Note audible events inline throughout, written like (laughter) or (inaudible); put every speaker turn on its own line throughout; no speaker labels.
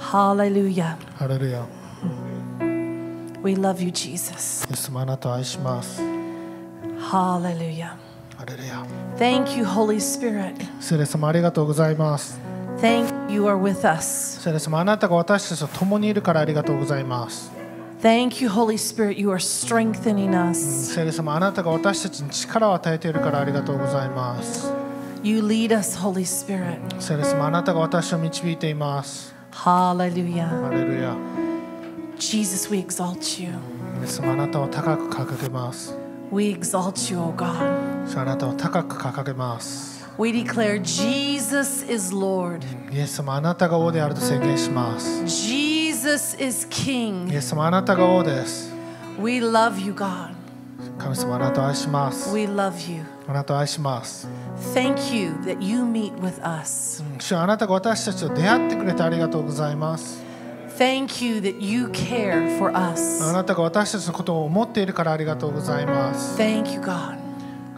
Hallelujah.
ハレルヤ
We love you, Jesus.
イエス様あなたを愛します
Hallelujah.
ハレルヤ
Thank you, Holy Spirit.
聖霊様ありがとうございます
Thank you, you are with us.
聖霊様あなたが私たちと共にいるからありがとうございます
Thank you, Holy Spirit. You are strengthening us.
聖霊様あなたが私たちに力を与えているからありがとうございます
You lead us, Holy Spirit.
聖霊様あなたが私を導いています
Hallelujah.
ハレルヤ
Jesus, we exalt you.
イエス様あなたを高く掲げます
We exalt you, O God.
あなたを高く掲げます
We declare Jesus is Lord.
イエス様あなたが王であると宣言します
Jesus is
イ
King.
エス様あなたが王です
We love you, God.
神様あなたを愛します
We love you.
あなたを愛します
Thank you that you meet with us.
主よあなたが私たちと出会ってくれてありがとうございます
Thank you that you care for
あ
us.
なたが私たちのことを思っているからありがとうございます
Thank you, God.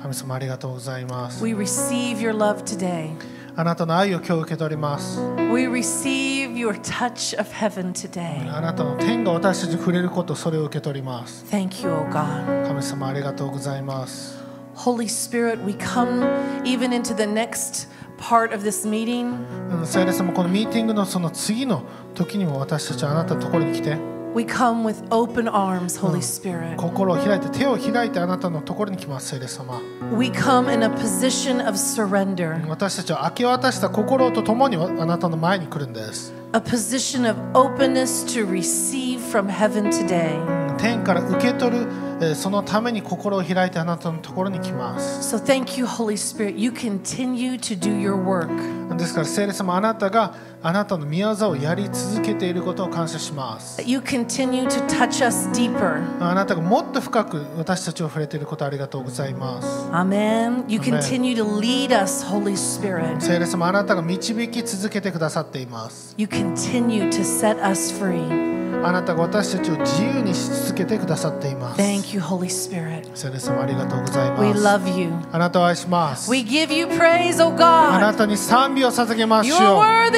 神様ありがとうございます
We receive your love today.
あなたの愛を今日受け取ります
We receive your touch of heaven today.
あなたの天が私たちに触れることそれを受け取ります
Thank you, O God.
神様ありがとうございます
Holy Spirit, we come even into the next part of this meeting.
うん聖霊様このミーティングのその次の時にも私たちはあなたのところに来て
We come with open arms, Holy Spirit.
心を開いて手を開いてあなたのところに来ます聖霊様
We come in a position of surrender,
私たちは明け渡した心とともにあなたの前に来るんです
a position of openness to receive from heaven today.
天から受け取るえーそのために心を開いてあなたのところに来ます
So thank you, Holy Spirit. You continue to do your work,
ですから聖霊様あなたがあなたの宮座をやり続けていることを感謝します
that you continue to touch us deeper.
あなたがもっと深く私たちを触れていることありがとうございます
Amen. You
Amen.
continue to lead us, Holy Spirit.
聖霊様あなたが導き続けてくださっています
You continue to set us free.
あなたが私たちを自由にし続けてくださっています
Thank you, Holy Spirit.
聖霊様ありがとうござい
We
ます
love you.
あなたを愛します
We give you praise, oh
あな
God.
たに賛美を捧げます
You
よ
are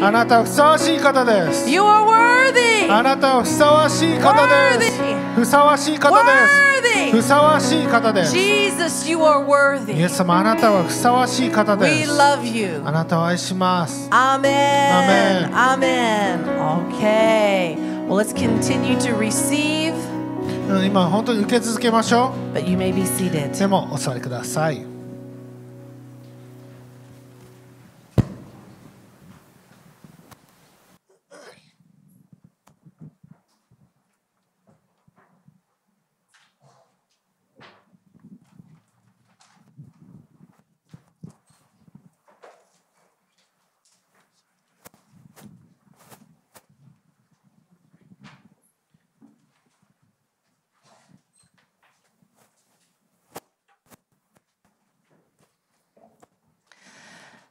worthy.
あなたはふさわしい方です
You are worthy.
あなたはふさわしい方です。
Worthy.
ふさわしい方です。ふ
Worthy.
さわしい方です。イ
Jesus, you are worthy.
エス様、あなたはふさわしい方
We
です。
love you.
あなたを愛します。
Amen.
Amen.
Amen. Okay. Well, let's continue to receive,
うん今、本当に受け続けましょ
but you may be
う。
seated.
でも、お座りください。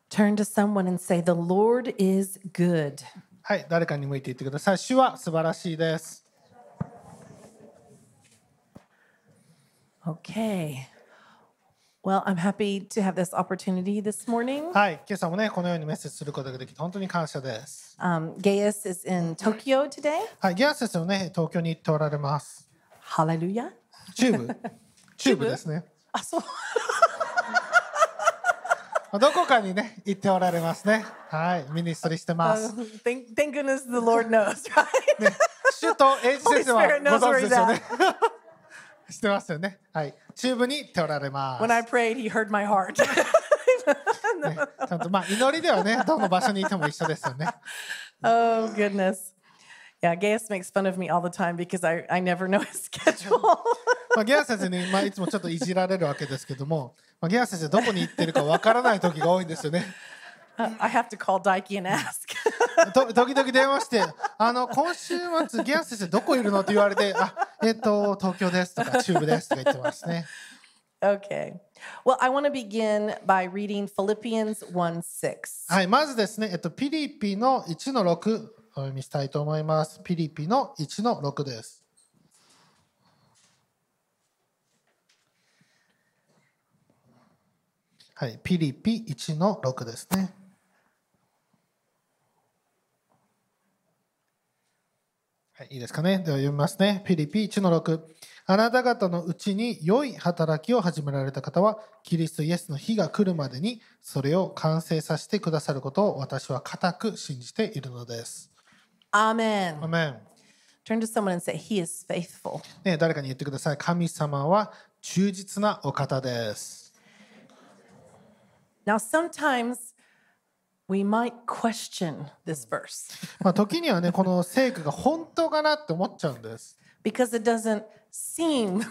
Turn to someone and say, The Lord is good.
はい、誰かに向いていってください。主は素晴らしいです。
Okay. Well, I'm happy to have this opportunity this morning.
はい、今朝もね、このようにメッセージすることができて、本当に感謝です。
Um, Gaius is in Tokyo today.
はい、ギアス先生もね、東京に行っておられます。
Hallelujah.
チュー
(laughs)
ブ。チューブですね。
Ah, so-
どこかにね、行っておられますね。はい、ミニストリーしてます。
thank, thank goodness the Lord knows, (laughs) right?
主と英二先生は
Holy Spirit
ご
knows
存
where
知ですよね。 (laughs) 知ってますよね。はい。中部に行っておられます。
When I prayed, he heard my heart. (laughs)
ちゃんとまあ祈りで
(laughs)
はね、どの場所にいても一緒ですよね。
Oh goodness. Yeah, Gaius makes fun of me all the time because I, I never know his (laughs) schedule.
まあゲア先生に、まあ、いつもちょっといじられるわけですけども、まあ、ゲア先生どこに行ってるかわからない時が多いんですよね。
I have to call Dikey and ask. (laughs)
と時々電話して、あの今週末ゲア先生どこいるのって言われて、あ、えっ、と東京ですとか中部ですとか言ってますね。
okay. Well, I want to begin by reading Philippians 1 6.
はい、まずですね、えっとピリピの1の6お読みしたいと思います。ピリピの1の6です。はい、ピリピ1の6ですね。はい、いいですかね。では読みますね。ピリピ1の6。あなた方のうちに良い働きを始められた方は、キリストイエスの日が来るまでに、それを完成させてくださることを私は固く信じているのです。アー
Amen.
メン
Turn to someone and say, He is faithful.
ね、誰かに言ってください。神様は忠実なお方です。
Now, sometimes we might question this verse
まあ、時に
(laughs)
はね、この聖句が本当かなって思っちゃうんです。
because it doesn't seem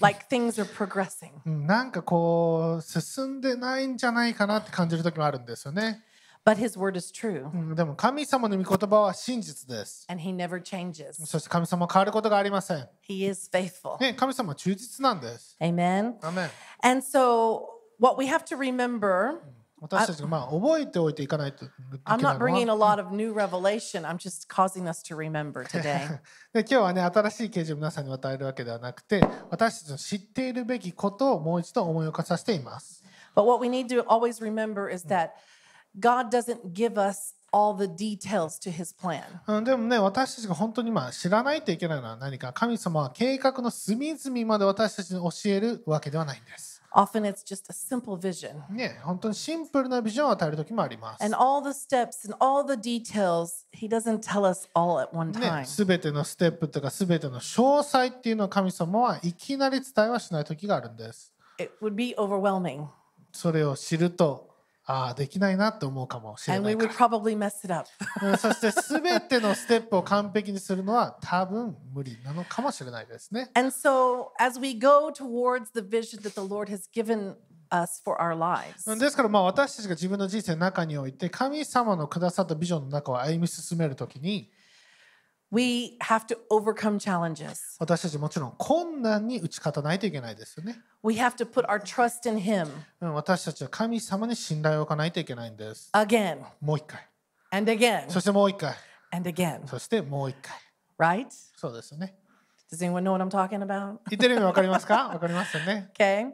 like things are progressing.
うんなんかこう、進んでないんじゃないかなって感じる時もあるんですよね。
But His word is true
うん、でも神様の御言葉は真実です。
and He never changes.
そして神様は変わることがありません。
He is faithful.
ね、神様は忠実なんです。
Amen.
アーメン
And so, what we have to remember
私たちがまあ覚えておいていかないといけ
I'm
ない
not
のは
bringing a lot of new revelation. I'm just causing us to remember today.
で今日はね新しい啓示を皆さんに与えるわけではなくて私たちの知っているべきことをもう一度思い起こさせています。
but what we need to always remember is that God doesn't give us all the details to his plan.
うん、でもね私たちが本当にまあ知らないといけないのは何か神様は計画の隅々まで私たちに教えるわけではないんです。
Often it's just a simple vision.
ね本当にシンプルなビジョンを与える時もあります。
And all the steps and all the details, he doesn't tell us all at one
ね
time.
全てのステップとか全ての詳細っていうのは神様はいきなり伝えはしない時があるんです。
It would be overwhelming
それを知るとああできないなって思うかもしれ
and
な
we
いか
would
ら
probably mess it up.
うん (laughs) そして全てのステップを完璧にするのは多分無理なのかもしれないですね。
And so as we go towards the vision that the Lord has given us for our lives,
うんですからまあ私たちが自分の人生の中において神様のくださったビジョンの中を歩み進めるときに
we have to overcome challenges.
私たちもちろん困難に打ち勝たないといけないですよね。
We have to put our trust in him
うん私たちは神様に信頼を置かないといけないんです。
again
もう一回
and again
そしてもう一回
and again,
そしてもう一回
right?
そうですよね。
Does anyone know what I'm talking about? (laughs)
言ってる意味わかりますかわかりますよね。
Okay.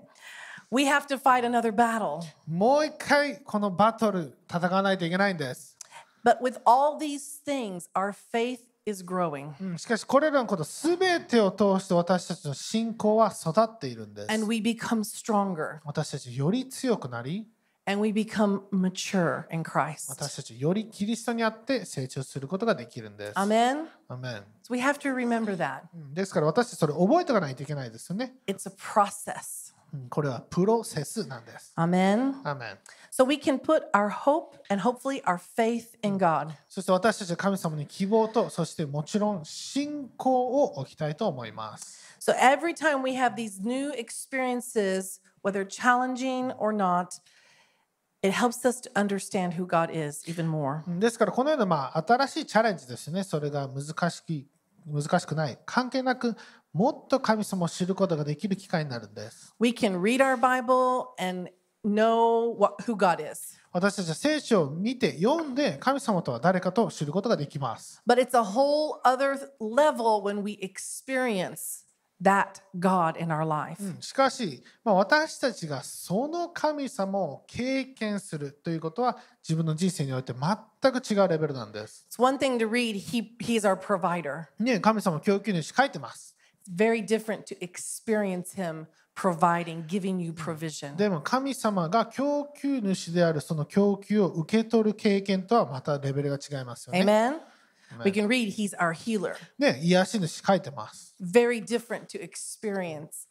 We have to fight another battle.
もう一回このバトル戦わないといけないんです。
But with all these things, our faith is growing
うんしかしこれらのことすべてを通して私たちの信仰は育っているんです。
and we become stronger
私たちより強くなり、
and we become mature in Christ.
私たちよりキリストにあって成長することができるんです。
Amen.
アメン
So we have to remember that
うんですから私たちそれ覚えておかないといけないですよね。
it's a process.
うんこれはプロセスなんです。
Amen.
アメン
So we can put our hope and hopefully our faith in God.
そして私たちは神様に希望と、そしてもちろん信仰を置きたいと思います。
So every time we have these new experiences, whether challenging or not, it helps us to understand who God is even more.
うんですからこのようなまあ新しいチャレンジですね。それが難しき難しくない関係なくもっと神様を知ることができる機会になるんです。
We can read our Bible and know what, who God is.
私たちは聖書を見て読んで神様とは誰かと知ることができます。
But it's a whole other level when we experience that God in our life.
しかし、まあ、私たちがその神様を経験するということは自分の人生において全く違うレベルなんです。
It's one thing to read, he, He's our provider.
ね、神様供給主書いてます。
It's very different to experience Him providing, giving you provision.
でも神様が供給主であるその供給を受け取る経験とはまたレベルが違いますよね。
Amen? We can read, He's our healer.
ね、癒し主書いてます。
very different to experience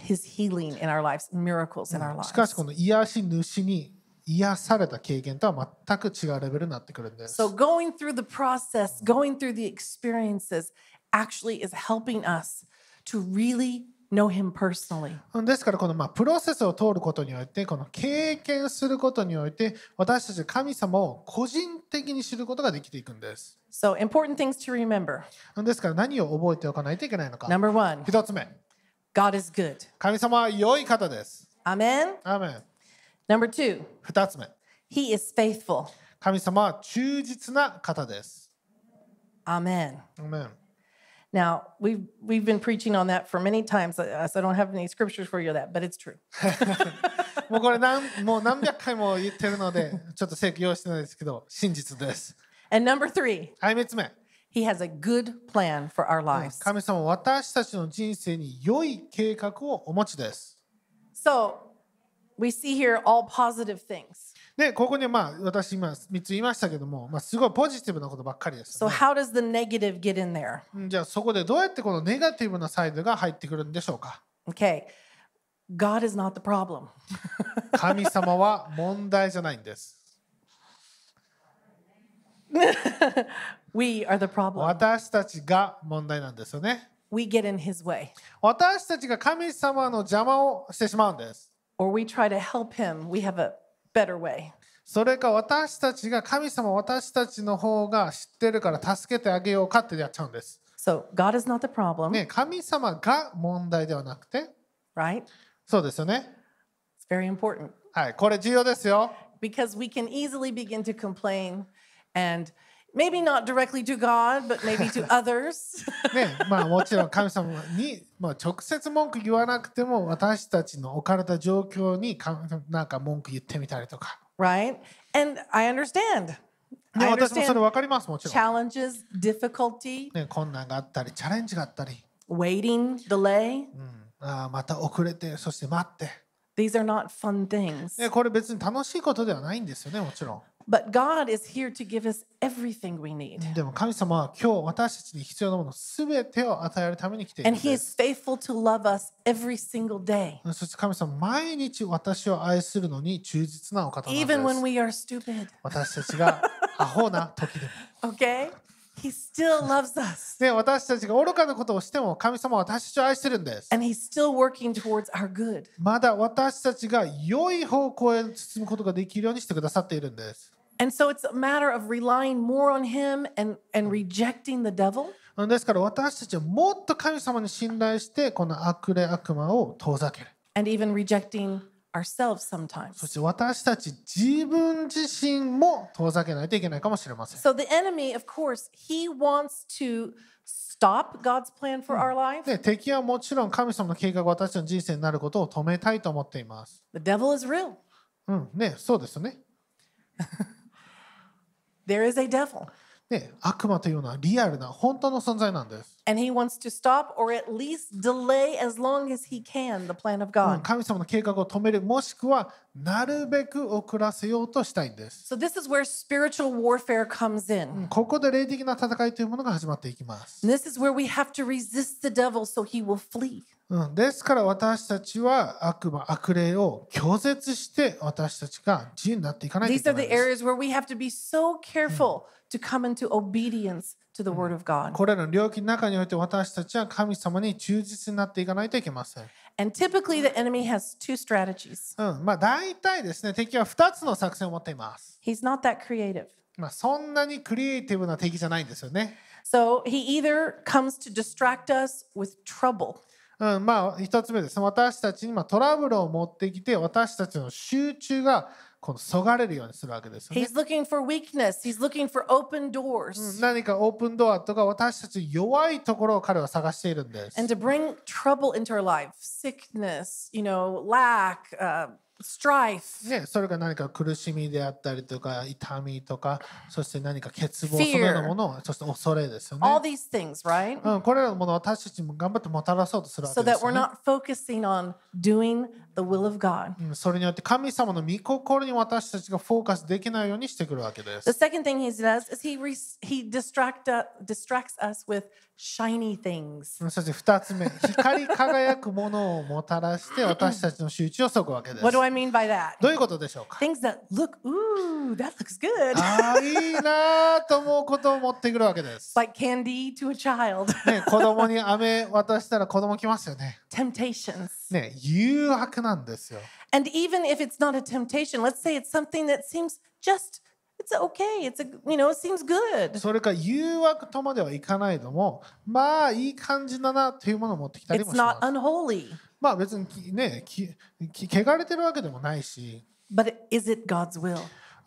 his healing in our lives, miracles in our
しかし
lives.
この癒し主に癒された経験とは全く違うレベルになってくるんです。
So, going through the process, going through the experiences actually is helping us to really know him personally.
ですからこのまあプロセスを通ることにおいてこの経験することにおいて私たち神様を個人的に知ることができていくんです。
So, important things to remember.
ですから何を覚えておかないといけないのか。
Number one,
一つ目、
God is good.
神様は良い方です。
Amen.
アーメン
Number two,
二つ目、
he is faithful.
神様は忠実な方です。
Amen.
アーメン
Now, we've, we've been preaching on that for many times. uh, So I don't have any scriptures for you on that, but it's true.
もうこれ何 (laughs) もう何百回も言ってるのでちょっと正規用意してないですけど真実です。
And number three,
はい、三つ目、
He has a good plan for our lives.
神様は私たちの人生に良い計画をお持ちです。
So we see here all positive things.
で、ここにまあ私今3つ言いましたけども、まあ、すごいポジティブなことばっかりです、
So, how does the negative get in there?
うんじゃあそこでどうやってこのネガティブなサイドが入ってくるんでしょう (laughs) か
Okay, God is not the problem.
神様は問題じゃないんです。
We are the problem.
私たちが問題なんですよね。
We get in His way,
私たちが神様の邪魔をしてしまうんです。
or we try to help Him. We have a better way.
それか私たちが神様私たちの方が知ってるから助けてあげようかってやっちゃうんです。
So, God is not the problem,
ね、神様が問題ではなくて、
right?
そうですよね。
It's very important
はい、これ重要ですよ。
because we can easily begin to complain and maybe not directly to God, but maybe to others.
ね、まあもちろん神様に、まあ、直接文句言わなくても私たちの置かれた状況にかなんか文句言ってみたりとか。
right? And I understand.
ね、
I
私もそ
understand
れ分かります、もちろん。
challenges, difficulty,
ね、困難があったり、チャレンジがあったり、
waiting, delay.
あーまた遅れて、そして待って。
These are not fun things.
ね、これ別に楽しいことではないんですよね、もちろ
But God is here to give us everything we need.
ん。でも神様は今日私たちに必要なもの全てを与えるために来ているん
And
で
He
す。
is faithful to love us every single day,
そして神様、毎日私を愛するのに忠実なお方なんで
even when
す。
we are stupid.
私たちがアホな時でも。
Okay? He still loves us.
で私たちが愚かなことをしても神様は私たちを愛してるんです。
And He's still working towards our good.
まだ私たちが良い方向へ進むことができるようにしてくださっているんです。
And so it's a matter of relying more on Him and, and rejecting the devil
ですから私たちはもっと神様に信頼してこの悪霊悪魔を遠ざける。
and even rejecting ourselves
そ
sometimes.
して私たち自分自身も遠ざけないといけないかもしれません。
So the enemy, of course, he wants to stop God's plan for our life.
で敵はもちろん神様の計画が私たちの人生になることを止めたいと思っています。
The devil is real.
うん、ねそうですよね。
There is a devil,
ね悪魔というのはリアルな本当の存在なんです。
and he wants to stop or at least delay as long as he can the plan of God.
神様の計画を止めるもしくはなるべく遅らせようとしたいんです。
So this is where spiritual warfare comes in.
ここで霊的な戦いというものが始まっていきます。
And this is where we have to resist the devil so he will flee.
うん、ですから私たちは悪魔悪霊を拒絶して私たちが自由になっていかないとい
These
け
are
ないん
the
です。
areas where we have to be so careful to come into obedience to the word of God.
これらの領域の中において私たちは神様に忠実になっていかないといけません。
And typically the enemy has two strategies.
うん、まあ大体ですね敵は2つの作戦を持っています。
He's not that creative.
まあそんなにクリエイティブな敵じゃないんですよね。
So he either comes to distract us with trouble.
うん、まあ一つ目ですね私たちにまあトラブルを持ってきて私たちの集中がこのそがれるようにするわけですよね。
He's looking for weakness. He's looking for open doors
何かオープンドアとか私たち弱いところを彼は探しているんです。
and to bring trouble into our life, sickness, you know, lack, uh, strife,
ね、それが何か苦しみであったりとか痛みとかそして何か欠乏
Fear
そのようなものをそして恐れですよ
all
ね。
these things, right?
うん、これらのものを私たちも頑張ってもたらそうとするわ
So
けで
that
すよ
we're
ね。
not focusing on doing the will of God.
うんそれによって神様の御心に私たちがフォーカスできないようにしてくるわけで
The
す。
second thing he does is he re- he distract uh, distracts us with shiny things.
そして2つ目、光り輝くものをもたらして私たちの集中をそぐわけです。
What do
ど
I mean by that?
ういうことでしょうか
Things that look, ooh, that looks good.
ああ、いいなーと思うことを持ってくるわけです。
like candy to a child.
ね、子供に飴渡したら子供来ますよね。
Temptations.
ね、誘惑なんですよ。
And even if it's not a temptation, let's say it's something that seems just it's okay. It's a you know, it seems good.
それか誘惑とまではいかないのも、まあいい感じだなというものを持ってきたり
It's
もしま
not
す。
unholy.
まあ別にきね、きき汚れてるわけでもないし、
But is it God's will?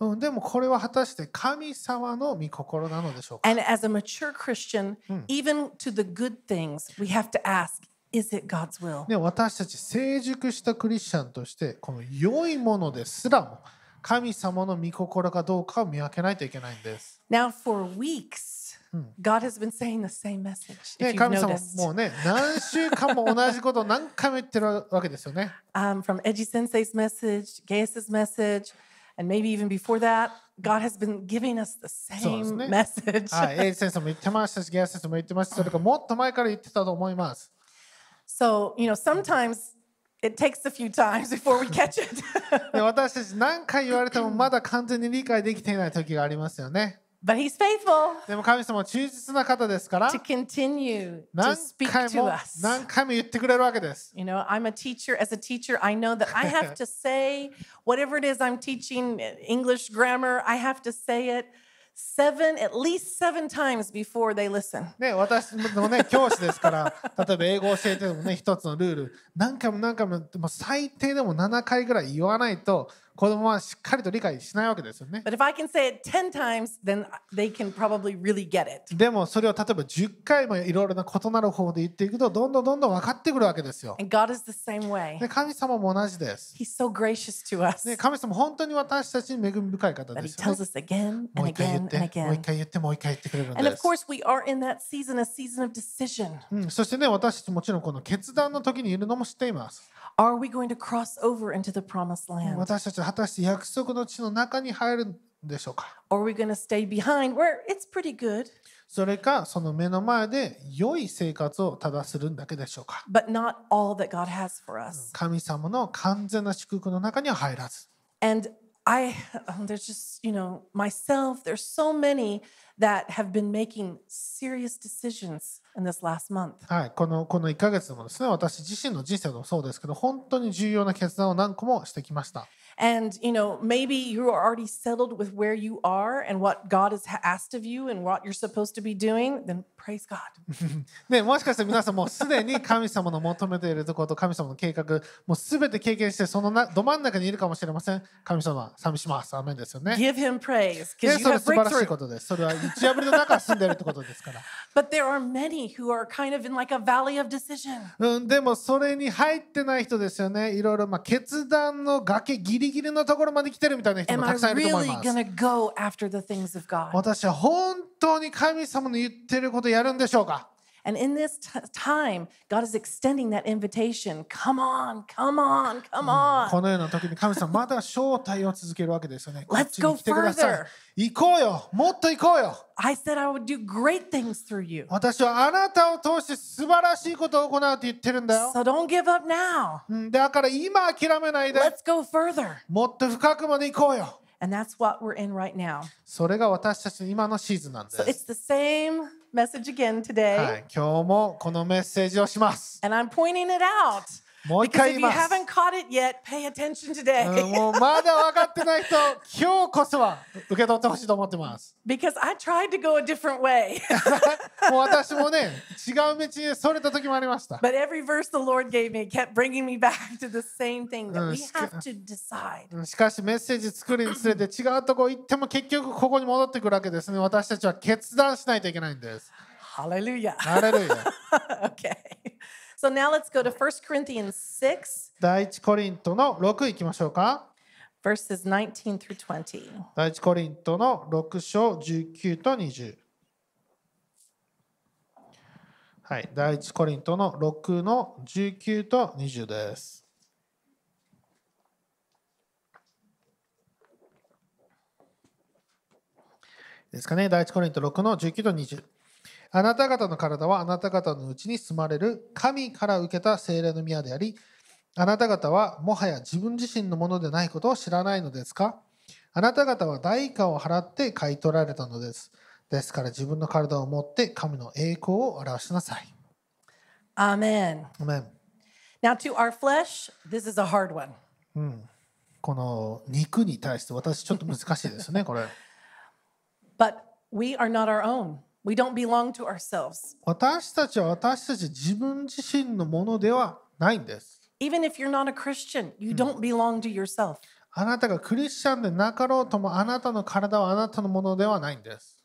うん、でもこれは果たして神様の御心なのでしょうか
And as a mature Christian, even to the good things, we have to ask, is it God's will?
ね、私たち成熟したクリスチャンとしてこの良いものですらも神様の御心かどうかを見分けないといけないんです。
Now for weeks, God has been saying the same message. If
ね、
you've
神様
noticed,
もうね、何週間も同じことを何回も言ってるわけです
(laughs)
よね。
um, from Edgy Sensei's message, Gaius's message, and maybe even before that, God has been giving us the same
ね。
message.
はい、エイジ先生も言ってましたし、ゲア先生も言ってましたし、それからもっと前から言ってたと思います。
So, you know, sometimes it takes a few times (laughs) before we catch it.
で私たち何回言われてもまだ完全に理解できていない時がありますよね。
but he's faithful
でも神様は忠実な方ですから
to、continue to
何
speak
回
to
も
us.
何回も言ってくれるわけです。
You know, I'm a teacher. As a teacher, I know that I have to say whatever it is I'm teaching, eh, English grammar, I have to say it seven, at least seven times before they listen.
ね、私
(laughs)
もね、教師ですから、例えば英語を教えてもね、一つのルール、何回も何回も、でも最低でも7回ぐらい言わないと、子供はしっかりと理解しないわけですよね。
But if I can say it 10 times, then they can probably really get it.
でもそれを例えば10回もいろいろな異なる方で言っていくと、どんどんどんどん分かってくるわけですよ。
And God is the same way.
で神様も同じです。
He's so gracious to us
で神様本当に私たちに恵み深い方
that
で
He
すよね、
tells us again and
もう一回言
again
って、
and
もう一
again.
回言って、もう一回言ってくれるん
And
で
of
す。
course, we are in that season, a season of decision.
うん、そしてね、私たちもちろんこの決断の時にいるのも知っています。
Are we going to cross over into the promised land?
私たちは果たして約束の地の中に入るんでしょうか
Or are we going to stay behind where it's pretty good,
それかその目の前で良い生活をただするんだけでしょうか
but not all that God has for us?
神様の完全な祝福の中には入らず
And I, um, there's just, you know, myself, there's so many that have been making serious decisions in this last month.
はい、このこの1ヶ月でもですね私自身の人生でもそうですけど本当に重要な決断を何個もしてきました
And, you know, maybe you are already settled with where you are and what God has ha- asked of you and what you're supposed to be doing, then praise God.
でもしかして皆さんもうすでに (laughs) 神様の求めているところと神様の計画もう全て経験してそのなど真ん中にいるかもしれません神様寂しますアーメンですよね
Give him praise because you
でそれは
have
素晴らしい
breakthrough.
ことですそれは打ち破りの中住んでいるってことですから
But there are many who are kind of in like a valley of decision.
うん、でもそれに入ってない人ですよね。いろいろ、まあ、決断の崖ギリギリのところまで来てるみたいな人
Am
も
I
たくさんいると思い
really
ます。
going to go after the things of God?
私は本当に神様の言ってることやるんでしょうか
And in this t- time, God is extending that invitation. Come on, come on, come on.
このような時に神様まだ招待を続けるわけですよね。こっち
Let's go
に来てくださ
further.
い。行こうよもっと行こうよ
I said I would do great things through you.
私はあなたを通して素晴らしいことを行うって言ってるんだよ。
So don't give up now.
うん、だから今諦めないで
Let's go further.
もっと深くまで行こうよ
And that's what we're in right now.
それが私たちの今のシーズンなんで
So
す。
it's the same message again today.
はい、今日もこのメッセージをします。
And I'm pointing it out.
もう一
Because
回
if
言い
you
ます。
haven't caught it yet, pay attention
うん
today.
もうまだ分かってない人、今日こそは受け取ってほしいと思ってます。
(laughs)
(laughs)
Because I tried to go a different way.
もう私もね、違う道へそれた時もありました。
But every verse the Lord gave me kept bringing me (laughs) back to the same thing that we
Mm, sca-
have to decide.
うんしかしメッセージ作るにつれて違うとこ行っても結局ここに戻ってくるわけですね。私たちは決断しないといけないんです。
Hallelujah.
ハレ
(laughs)
ルヤ。
okay. So now let's go to 1 Corinthians 6,
第一コリントの6行きましょうか。
verses 19 through 20.
第一コリントの6章19と20。はい、第一コリントの6の19と20です。ですかね、第一コリント6の19と20。あなた方の体はあなた方のうちに住まれる神から受けた精霊の宮であり、あなた方はもはや自分自身のものでないことを知らないのですかあなた方は代価を払って買い取られたのです。ですから自分の体を持って神の栄光を表しなさい。
Amen.
ごめん。
Now, to our flesh, this is a hard one.
この肉に対して私ちょっと難しいですね、 (laughs) これ。
But we are not our own. We don't belong to ourselves.
私たちは私たち自分自身のものではないんです。
Even if you're not a Christian, you don't belong to yourself.
あなたがクリスチャンでなかろうともあなたの体はあなたのものではないんです。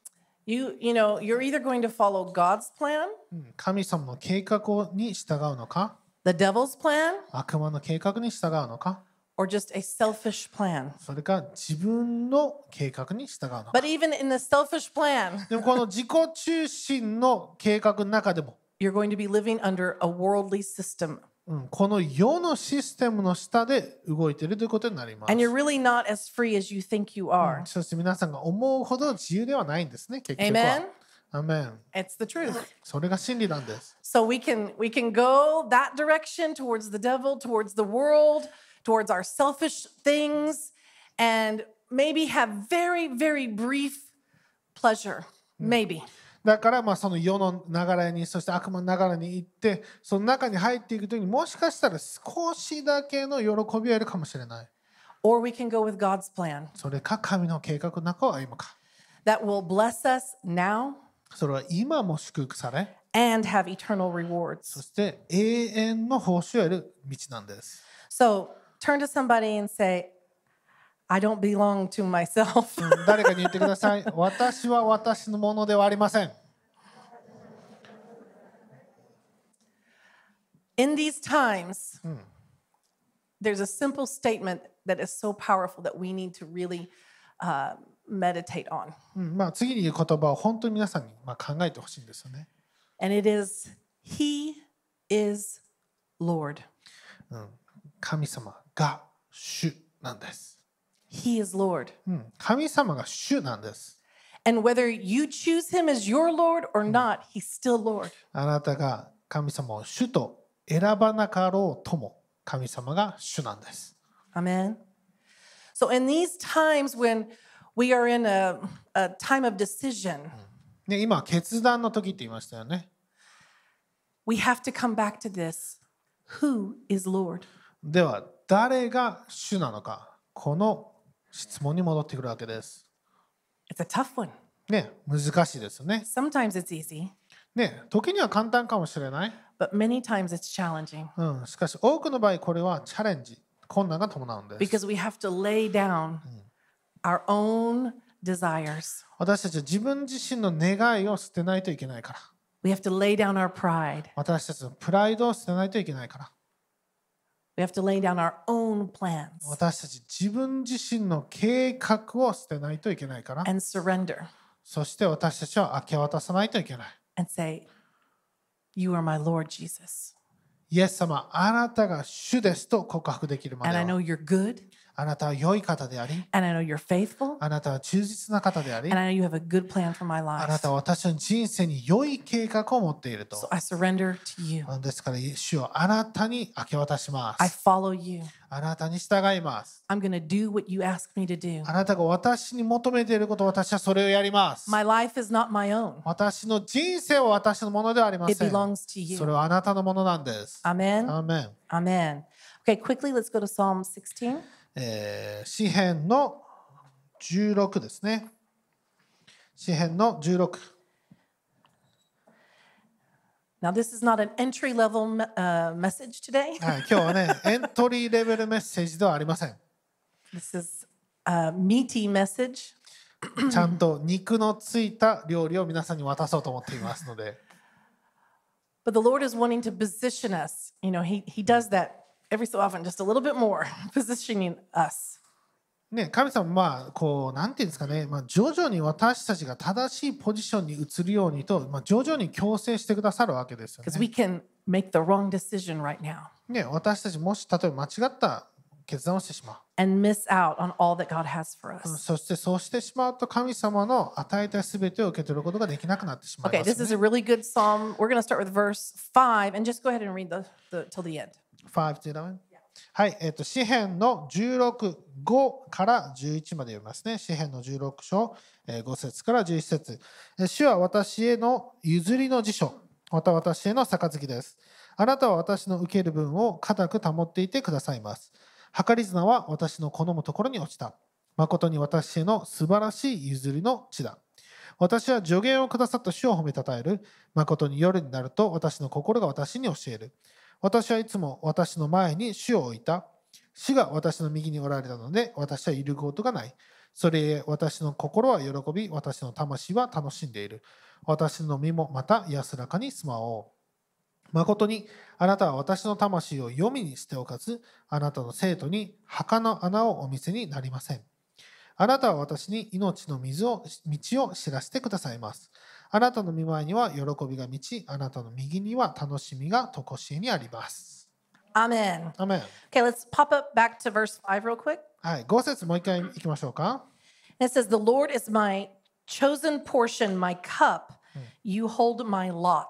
You, you know, you're either going to follow God's plan,
うん神様の計画に従うのか
the devil's plan,
悪魔の計画に従うのか
or just a selfish plan.
それか自分の計画に従うのか
But even in the selfish plan,
でもこの自己中心の計画の中でも、
you're going to be living under a worldly system.
うん、この世のシステムの下で動いているということになります
And you're really not as free as you think you are.
そして皆さんが思うほど自由ではないんですね結局は
Amen?
アメン
It's the truth.
それが真理なんです
So we can we can go that direction towards the devil, towards the world, towards our selfish things, and maybe have very, very brief pleasure. Maybe.
だからまあその世の流れにそして悪魔の流れに行ってその中に入っていくときにもしかしたら少しだけの喜びを得るかもしれない
Or we can go with God's plan
それか神の計画の中を歩むか
that will bless us now
それは今も祝福され
and have eternal
そ
rewards.
して永遠の報酬を得る道なんです。
So turn to somebody and say, I don't belong to myself.
誰かに言ってください。私は私のものではありません。
In these times, there's a simple statement that is so powerful that we need to really uh, meditate on.
うんまあ、次に言う言葉を本当に皆さんにまあ考えてほしいんですよね。
And it is He is Lord.
神様が主なんです。
He is Lord.
うん神様が主なんです。
And whether you choose Him as your Lord or not, He's still Lord.
あなたが神様を主と選ばなかろうとも神様が主なんです。
Amen. So, in these times when we are in a, a time of decision,
ね、今は決断の時って言いましたよね。
we have to come back to this who is Lord?
では誰が主なのかこの質問に戻ってくるわけです。
It's a tough one.
ね難しいですよね。
Sometimes it's easy,
ね時には簡単かもしれない、
but many times it's challenging
うん、しかし多くの場合これはチャレンジ困難が伴うんです
because we have to lay down our own desires.
私たちは自分自身の願いを捨てないといけないから
We have to lay down our pride.
私たちのプライドを捨てないといけないから
We have to lay down our own plans
私たち自分自身の計画を捨てないといけないから
and surrender
そして私たちは明け渡さないといけない
and say, You are my Lord, Jesus.
イエス様あなたが主ですと告白できるま
And I
で
know
は
you're good,
あなたは良い方であり
and I know you're faithful,
あなたは忠実な方であり
and I know you have a good plan for my
あな
life.
たは私の人生に良い計画を持っていると
So I surrender to you.
ですから、主をあなたに明け渡しま
I
す。
follow you.
あなたに従います。
I'm going to do what you ask me to do.
あなたが私に求めていること、私はそれをやります。
My life is not my own,
私の人生は私のものではありま
it
せん。
belongs to
それ
you.
はあなたのものなんです。
Amen.
アーメン。
Amen. Okay, quickly, let's go to Psalm 16.
えー詩篇の16ですね。詩篇の16。
Now, this is not an entry level me- uh, message today.
はい、今日はね、エントリーレベルメッセージではありません。
(laughs) This is a meaty message.
ちゃんと肉のついた料理を皆さんに渡そうと思っていますので。
But the Lord is wanting to position us. You know, He, he does that every so often, just a little bit more, (laughs) positioning us.
ね、神様まあこうなんていうんですかね、まあ、徐々に私たちが正しいポジションに移るようにと、まあ、徐々に強制してくださるわけですよ
Because
ね
we can make the wrong decision right now
ね私たちもし例えば間違った決断をしてしま
and miss out on all that God has for
う
us.
そしてそうしてしまうと神様の与えた全てを受け取ることができなくなってしまい
Okay,
ますよ
this
ね、
is a really good psalm. We're going to start with verse five and just go ahead and read the, the till the end.
5 to 11? はい、えっ、と、詩篇の16、5から11まで読みますね。詩篇の16章、えー5節から11節、えー主は私への譲りの辞書、また私への杯です。あなたは私の受ける分を固く保っていてくださいます。計り綱は私の好むところに落ちた。誠に私への素晴らしい譲りの地だ。私は助言をくださった主を褒めたたえる。誠に夜になると私の心が私に教える。私はいつも私の前に主を置いた。主が私の右におられたので私は揺るぐことがない。それゆえ私の心は喜び、私の魂は楽しんでいる。私の身もまた安らかに住まおう。誠にあなたは私の魂を読みにしておかず、あなたの生徒に墓の穴をお見せになりません。あなたは私に命の水を道を知らせてくださいます。あなたの見前には喜びが満ち、あなたの右には楽しみがとこしえにあります。
Amen.
アメン。
Okay, let's pop up back to verse 5 real quick.
はい、5節もう一回いきましょうか。
And it says, The Lord is my chosen portion, my cup. You hold my lot.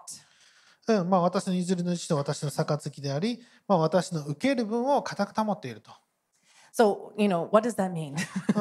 うんまあ、私の譲り主と私の杯であり、まあ、私の受ける分を固く保っていると、
So, you know, what does that mean?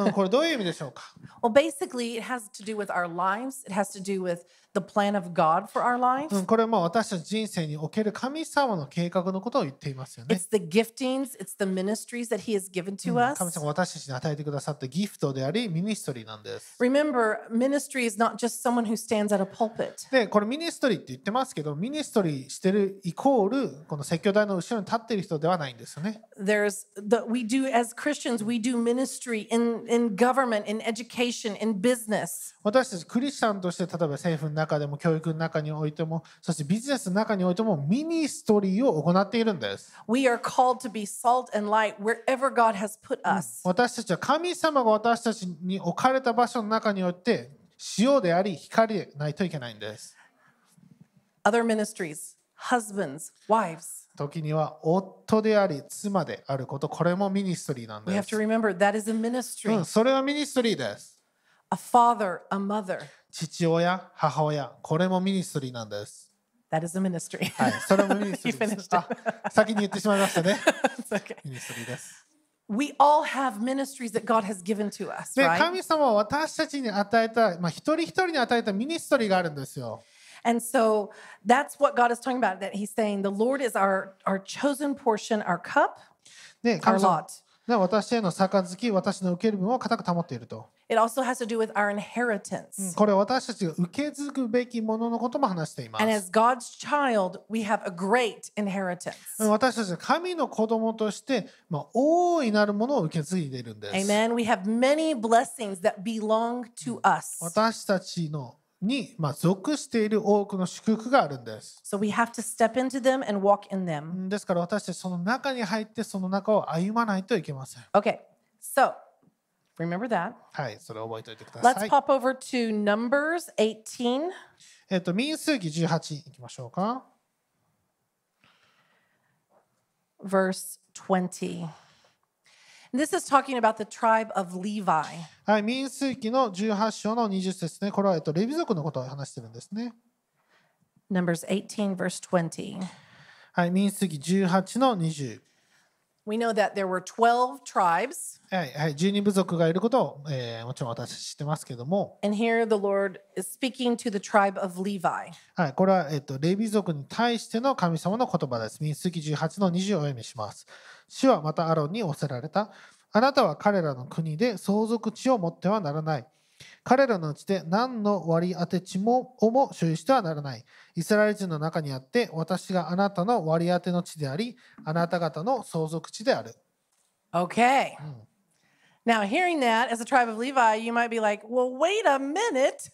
うん、これどういう意味でしょうか
well, basically, it has to do with our lives, it has to do with the plan of God for our lives.
うん、これはまあ私たち人生における神様の計画のことを言っていますよね。
It's the giftings, it's the ministries that He has given to
うん
us.
神様が私たちに与えてくださったギフトであり、ミニストリーなんです。
Remember, ministry is not just someone who stands at a pulpit.
で、これミニストリーって言ってますけど、ミニストリーしてるイコール、この説教台の後ろに立っている人ではないんですよね。
There's the we do as Christians, we do ministry in in government, in education, in business.
私たちクリスチャンとして、例えば政府の中でも、教育の中においても、そしてビジネスの中においても、ミニストリーを行っているんです。
We are called to be salt and light wherever God has put us.
私たちは神様が私たちに置かれた場所の中において、塩であり、光でないといけないんです。
Other ministries, husbands, wives.
時には夫であり妻であることこれもミニストリーなん
We
で
have
す
to、remember that is a ministry.
うん、それはミニストリーです
A father, a mother,
父親母親これもミニストリーなんです
that is a ministry.
はいそれもミニストリ
You
ーです
(laughs) finished
あ先に言ってしまいましたね
(laughs) It's okay.
ミニストリーです、
We all have ministries that God has given to us,
で
right?
神様は私たちに与えた、まあ、一人一人に与えたミニストリーがあるんですよ
And so that's what God is talking about. That He's saying the Lord is our our chosen portion, our cup, our
で神様
lot.
ね私への杯私の受ける分を固く保っていると
It also has to do with our inheritance.
これは私たちが受け継ぐべきもののことも話しています
And as God's child, we have a great inheritance.
私たちは神の子供として、まあ、大いなるものを受け継いでいるんです。
Amen. We have many blessings that belong to us.
私たちのに、まあ、属している多くの祝福があるんです。
So we have to step into them and walk in them.
ですから私たちその中に入ってその中を歩まないといけません。
Okay. So remember that.
はい、それを覚えておいてくだ
Let's
さい。
pop over to Numbers 18.
えっと、民数記18いきましょうか。
verse 20. And This is talking about the tribe of Levi.
はい、民数記の18章の20節ですね。これは、えっと、レビ族のことを話してるんですね。
Numbers 18, verse 20.
はい、民数記18の20。
We know that there were 12 tribes,
はい、はい、12部族がいることを、えーもちろん私たち知ってますけども、
and here the Lord is speaking to the tribe of Levi.
はい、これは、えっと、レビ族に対しての神様の言葉です。民数記18の20をお読みします。主はまたアロンに仰せられた。あなたは彼らの国で相続地を持ってはならない。彼らのうちで何の割り当て地もをも所有してはならない。イスラエル人の中にあって、私があなたの割り当ての地であり、あなた方の相続地である。
Okay. Now, hearing that as a tribe of Levi, you might be like, well, wait a minute.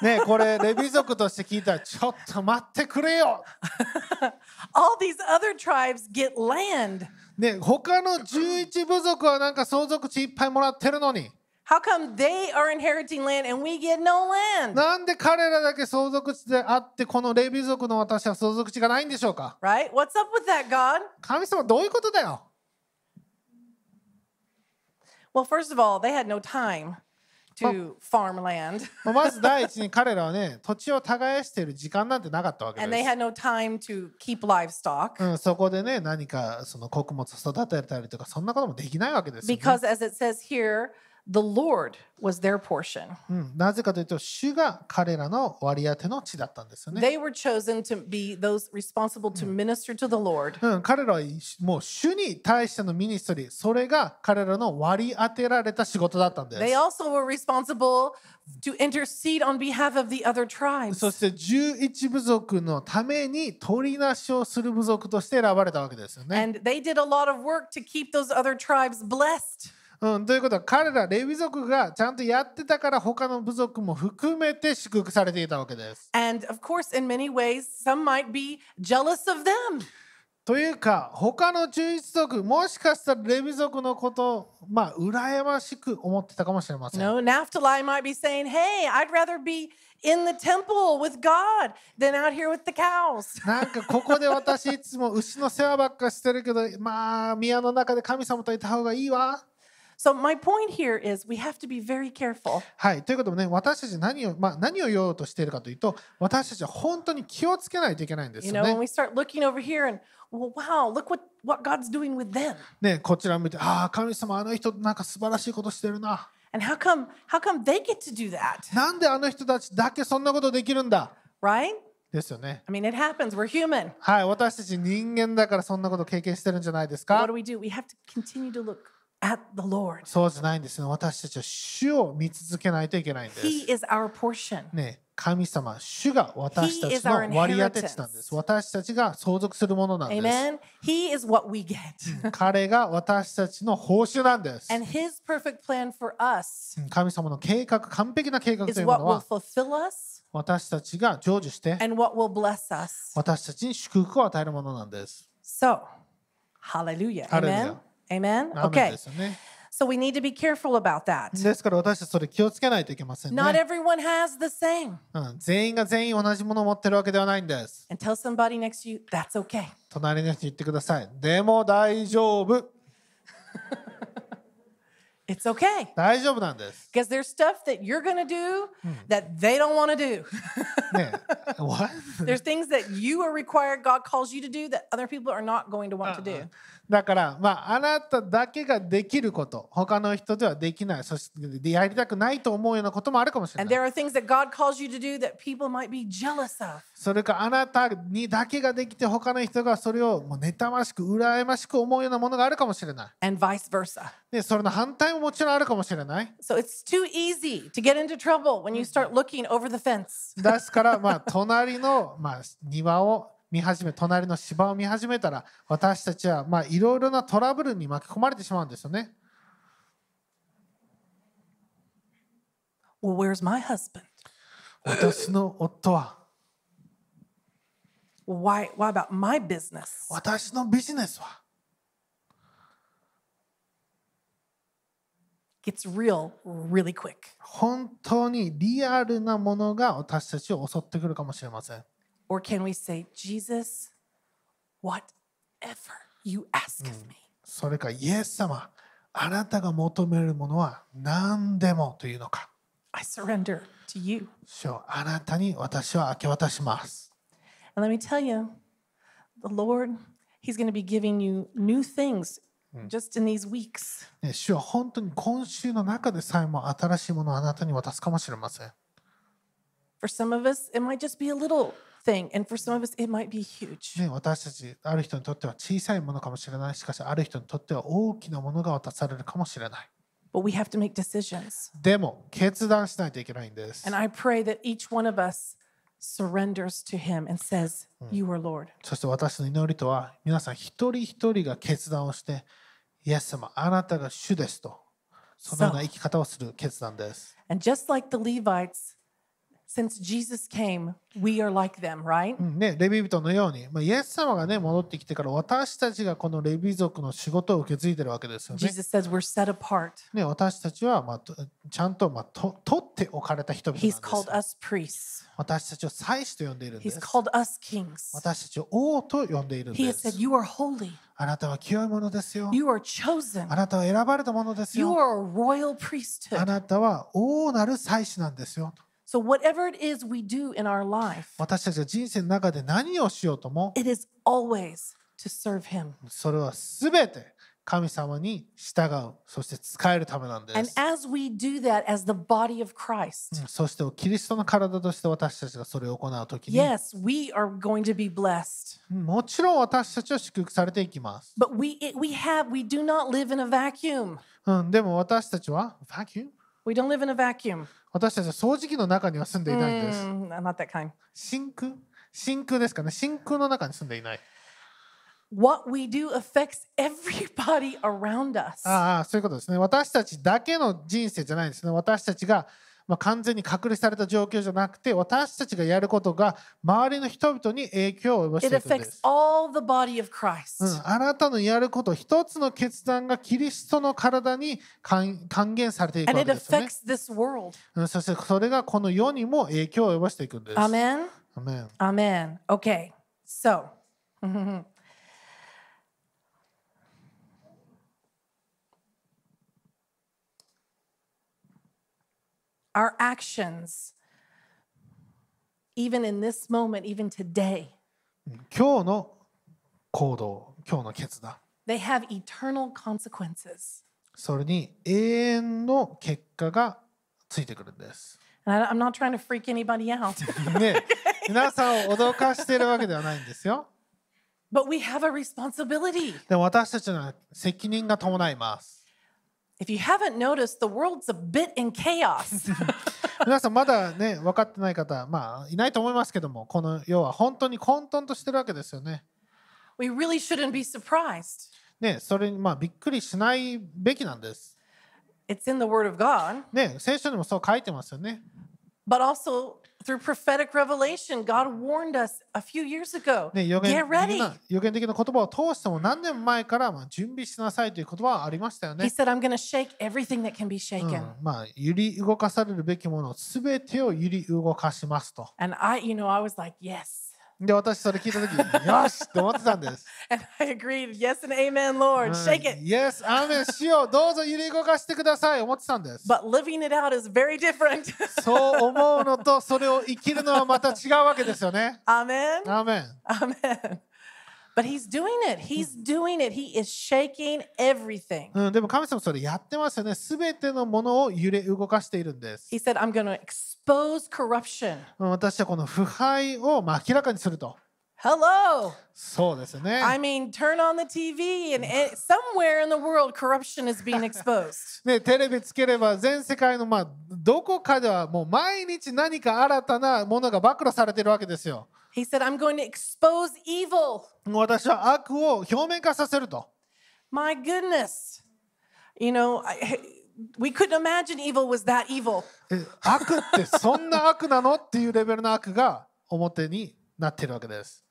ねえこれ、 (laughs) レビ族として聞いたら、ちょっと待ってくれよ
All these other tribes get land.
ねえ他の11部族はなんか相続地いっぱいもらってるのに。
How come they are inheriting land and we get no land?
なんで彼らだけ相続地であってこのレビ族の私は相続地がないんでしょうか
Right? What's up with that, God?
神様どういうことだよ
Well, first of all, they had no time to farm land,
まあまず第一に彼らはね土地を耕している時間なんてなかったわけ
and they
です
had no time to keep livestock
うん、そこでね何かその穀物を育てたりとかそんなこともできないわけですよ、ね
because, as it says here, the Lord was their portion.
うん、なぜかというと主が彼らの割り当ての地だったんですよね、
They were chosen to be those responsible to minister to the Lord.
(laughs) うん、彼らはもう主に対してのミニストリーそれが彼らの割り当てられた仕事だったんです
They also were responsible to intercede on behalf of the other tribes.
そして11部族のために取りなしをする部族として選ばれたわけですよね。
And they did a lot of work to keep those other tribes blessed.
うん、ということは彼らレビ族がちゃんとやってたから他の部族も含めて祝福されていたわけです。
And of course, in many ways, some might be jealous of them.
というか他の11族もしかしたらレビ族のことをまあ羨ましく思ってたかもしれません。
No, Naphtali might be saying, hey, I'd rather be in the temple with God than out here with the cows.
なんかここで私いつも牛の世話ばっかしてるけどまあ宮の中で神様といた方がいいわ。
So, my point here is we have to be very careful.
はい、ということもね私たち何を、まあ、何を言おうとしているかというと私たちは本当に気をつけないといけないんです
You
よ
know,
ね
when。we start looking over here and, well, wow, look what, what God's doing with them.
ねこちら見てああ神様あの人なんか素晴らしいことしてるな。
And how come, how come they get to do that,
なんであの人たちだけそんなことできるんだ
right?
ですよね。
I mean, it happens. We're human.
はい、私たち人間だからそんなこと経験してるんじゃないです
What
か
do we do? We have to continue to look at the Lord.
そうじゃないんですね。私たちは主を見続けないといけないんです。
He is our portion.
ね、神様、主が私たちの割り当て地なんで
He is
す。
our inheritance.
私たちが相続するものなんです。
Amen. He is what we get.
彼が私たちの報酬なんです。
And his perfect plan for us
神様の計画、完璧な計画と
is
いうも
what
の
will
は
fulfill us
私たちが成就して
and what will bless us.
私たちに祝福を与えるものなんです。
So, hallelujah. Amen.
Hallelujah.
Amen.
アーメン
Okay.
ですよね。
So we need to be careful about that.
ですから私たちそれ気をつけないといけませんね。
Not everyone has the same.
うん、全員が全員同じものを持ってるわけではないんです。
And tell somebody next to you, that's okay.
隣の人に言ってください。でも大丈夫。
It's okay.
大丈夫なんです。
Because there's stuff that you're going to do that they don't want to do. (laughs)
ねえ What?
There's things that you are required, God calls you to do that other people are not going to want to
Uh-huh.
do.
だから、まあ、あなただけができること、他の人ではできない、そしてやりたくないと思うようなこともあるかもしれ
And
ない。
there are things that God calls you to do that people might be jealous of.
それか、あなたにだけができて、他の人がそれをもう妬ましく、羨ましく思うようなものがあるかもしれな
and vice versa.
い。で、それの反対ももちろんあるかもしれない。
So it's too easy to get into trouble when you start looking over the fence.
ですから、まあ、 (laughs) 隣の、まあ、庭を見始め隣の芝を見始めたら私たちは、まあ、いろいろなトラブルに巻き込まれてしまうんですよね。
Well, where's my husband?
私の夫は
Well, why, why about my business?
私のビジネスは
Gets real really quick.
本当にリアルなものが私たちを襲ってくるかもしれません。
Or can we say, Jesus, whatever you ask of me,
それかイエス様あなたが求めるものは何でもというのか。
I surrender to you.
主よあなたに私は明け渡します。
And let me tell you, the Lord, He's going to be giving you new things just in these weeks.
ね主は本当に今週の中でさえも新しいものをあなたに渡すかもしれません。
For some of us, it might just be a little thing, and for some of us, it might be huge.
ね、私たちある人にとっては小さいものかもしれないしかしある人にとっては大きなものが渡されるかもしれない
but we have to make decisions.
でも決断しないといけないんです
And I pray that each one of us surrenders to Him and says, You are Lord.
そして私の祈りとは皆さん一人一人が決断をしてイエス様あなたが主ですとそのような生き方をする決断です
And just like the Levites, since Jesus came, we are like them, right?
うんね、レビ人のように、まあ、イエス様がね戻ってきてから私たちがこのレビ族の仕事を受け継いでるわけですよね
Jesus says we're set apart.
ね私たちは、まあ、とちゃんと、まあ、と取っておかれた人々なん
He's
です
called us priests,
私たちを祭司と呼んでいるんで
He's
す
called us kings.
私たちを王と呼んでいるん
He
で
has
す
said, You are holy,
あなたは清いものですよ
you are chosen,
あなたは選ばれたものです
you
よ
are a royal
あ
priesthood.
なたは王なる祭司なんですよ
So, whatever it is we do in our life,
私たちが人生の中で何をしようとも
it is always to serve Him.
それは全て神様に従うそして使えるためなんで
And
す
as we do that as the body of Christ,
そしてキリストの体として私たちがそれを行うときに
yes, we are going to be blessed.
もちろん私たちは祝福されていきます、
But we it, we have we do not live in a vacuum.
うん、でも私たちは Thank you
We don't live in a vacuum. Hmm,
私たちは掃除機の中には住んでいないんです
Mm, not that kind.
真空真空ですかね真空の中に住んでいない
what we do affects (laughs) everybody around us.
ああそういうことですね私たちだけの人生じゃないんですね私たちが、まあ、完全に隔離された状況じゃなくて私たちがやることが周りの人々に影響を及ぼし
it
ていくんで
affects
す、
all the body of Christ.
うん、あなたのやること一つの決断がキリストの体に還還元されていく
And
わ
it
けですよね
affects this world.
うんそしてそれがこの世にも影響を及ぼしていくんです。
Amen.
アメン
Amen. Okay. So, (laughs) our actions, even in this moment, even today,
今日の行動、今日の決断、
they have eternal consequences.
それに永遠の結果がついてくるんです。
And I, I'm not trying to freak anybody out, (laughs)
ね、皆さんを脅かしているわけではないんですよ。
but we have a responsibility.
でも私たちの責任が伴います。
If you haven't noticed, the world's a bit in chaos.
皆さんまだね分かってない方、まあいないと思いますけども、この世は本当に混沌としてるわけですよね。
we really shouldn't be surprised.
ね、それにまあびっくりしないべきなんです。
It's in the Word of God.
ね、聖書にもそう書いてますよね。
But also through prophetic revelation, God warned us a few years ago
ね、予
get
言的
ready.
な予言的な言葉を通しても何年も前からまあ準備しなさいという言葉はありましたよ
He
ね。
said, I'm going to shake everything that can be
う
shaken.
ん、まあ揺り動かされるべきものすべてを揺り動かしますと。
And I, you know, I was like, yes. (laughs)
で私それ聞いた時よしって思ってたんです。
And I agreed, yes and amen, Lord,
うん
shake it.
Yes, アーメンしようどうぞ揺り動かしてください思ってた
(laughs)
んです。
But living it out is very different.
そう思うのとそれを生きるのはまた違うわけですよね。
(laughs) amen.
アーメン。
(laughs) Amen. But He's doing it. He's doing it. He is shaking everything.
うん、でも神様それやってますよね。すべてのものを揺れ動かしているんです。
He said, I'm going to expose corruption.
うん私はこの腐敗をまあ明らかにすると。
Hello.
そうですよね。
I mean, turn on the TV, and it, somewhere in the world, corruption is being
(laughs)
exposed.
ね、テレビつければ全世界の、まあ、どこかではもう毎日何か新たなものが暴露されてるわけですよ。
he said, I'm going to expose evil.
私は悪を表面化させると。
My goodness. You know, I, we couldn't imagine evil was that evil.
え悪ってそんな悪なのっていうレベルの悪が表になってるわけです。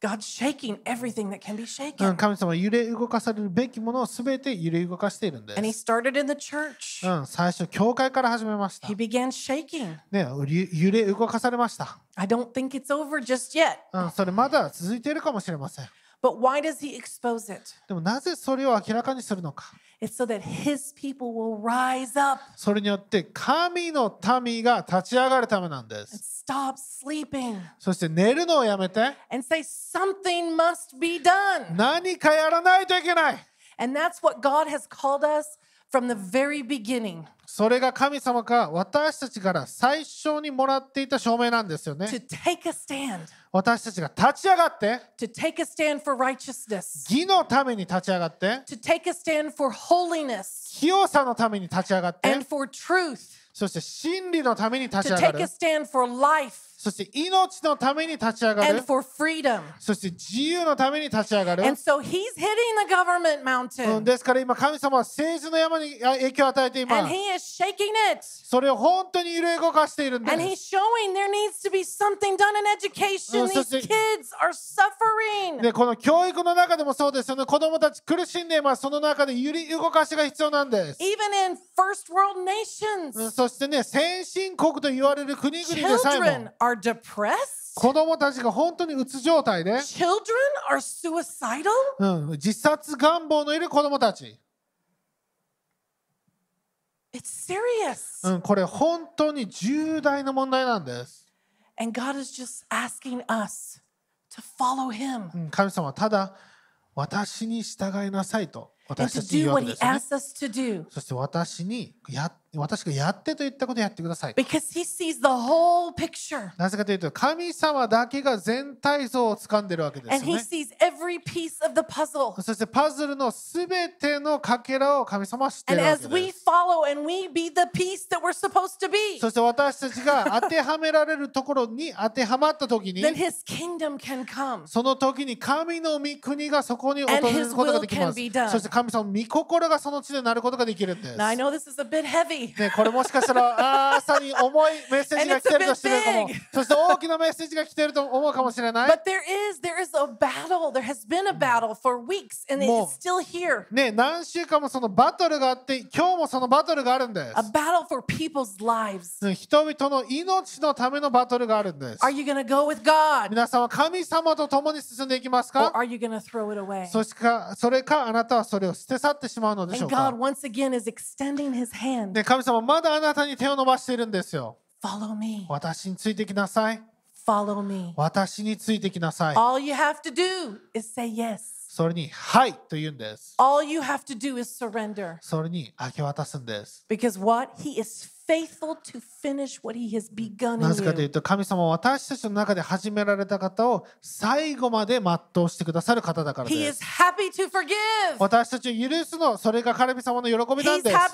God's shaking everything that can be shaken.
うん、神様は揺れ動かされるべきものを全て揺れ動かしているんで
And he
す。
started in the church.
うん、最初、教会から始めました
He。began shaking.
ね、ゆ揺れ動かされました。
I don't think it's over just yet.
うん、それまだ続いているかもしれません。
But why does he expose it?
でもなぜそれを明らかにするのか。
It's so that his people will rise up
それによって神の民が立ち上がるためなんで
and
す。
stop sleeping
そして寝るのをやめて
and say, something must be done.
何かやらないといけない。
And that's what God has called us from the very beginning
それが神様が私たちから最初にもらっていた証明なんですよ
to
ね。
take a stand,
私たちが立ち上がって、
to take a stand for righteousness,
義のために立ち上がって、
to take a stand for holiness
清さのために立ち上がって、
and for truth,
そして真理のために立ち
to
上が
take a
る。
stand for life
そして命のために立ち上が
and
る。
for freedom.
そして自由のために立ち上がる。
And so he's hitting the government
うん
mountain
ですから今神様は政治の山にあ影響を与えていま
and
す。
he is shaking it
それを本当に揺れ動かしているんで
and he's
す。
showing there needs to be something done in education.
Oh, so
These
they-
kids are suffering.
でこの教育の中でもそうですよね。子供たち苦しんでいます。その中で揺り動かしが必要なんです。
Even in first world
うん
nations,
そしてね、先進国と言われる国々でさえ
children
も、
are depressed.
子供たちが本当にうつ状態で、
Children are suicidal?
うん、自殺願望のいる子供たち、
It's serious.
うん、これ本当に重大な問題なんです。
And God is just asking us to follow Him
うん神様はただ、私に従いなさいと
and
私た
to
ちに
do
言う
what He
わけですよね。
asks us to do.
そして私にや私がやってと言ったことをやってください。
because he sees the whole picture
なぜかというと、神様だけが全体像を掴んでるわけで
and
すよ
he
ね。
sees every piece of the puzzle.
そしてパズルのすべてのかけらを神様は知ってい
And
るわ
as
け
we
です。
follow and we be the piece that we're supposed to be,
そして私たちが当てはめられるところに当てはまった時に
then his kingdom can come.
その時に神の御国がそこに訪れ
And
る
his
ことができ
will
ま
can
す
be done.
そして神様の御心がその地でなることができるんです
Now I know this is a bit heavy,
ね、これもしかした
(laughs)
らあー朝に重いメッセージが来てるとしてるか
And it's a bit
も
big.
そして大きなメッセージが来てると思うかもしれない
but there is there is a battle. There has been a battle for weeks, and
More.
it's still here.
ね何週間もそのバトルがあって今日もそのバトルがあるんで
A battle for people's lives.
すね人々の命のためのバトルがあるんです
Are you going to go with God,
皆さんは神様と共に進んでいきます
or
か
are you going to throw it away?
そしかそれかあなたはそれを捨て去ってしまうのでしょ
And
うか
God once again is extending His hand.
で神様まだあなたに手を伸ばしているんですよ
Follow me.
私についてきなさい
Follow me.
私についてきなさい
All you have to do is say yes.
それに「はい」と言うんです
All you have to do is surrender.
それに明け渡すんです
Because what? He is faithful to finish what he has begun
なぜかと
in
いう
you.
と神様は私たちの中で始められた方を最後まで全うしてくださる方だからで
He
す
is happy to forgive.
私たちを許すのそれが神様の喜びなん
He's
で
happy
す
to wipe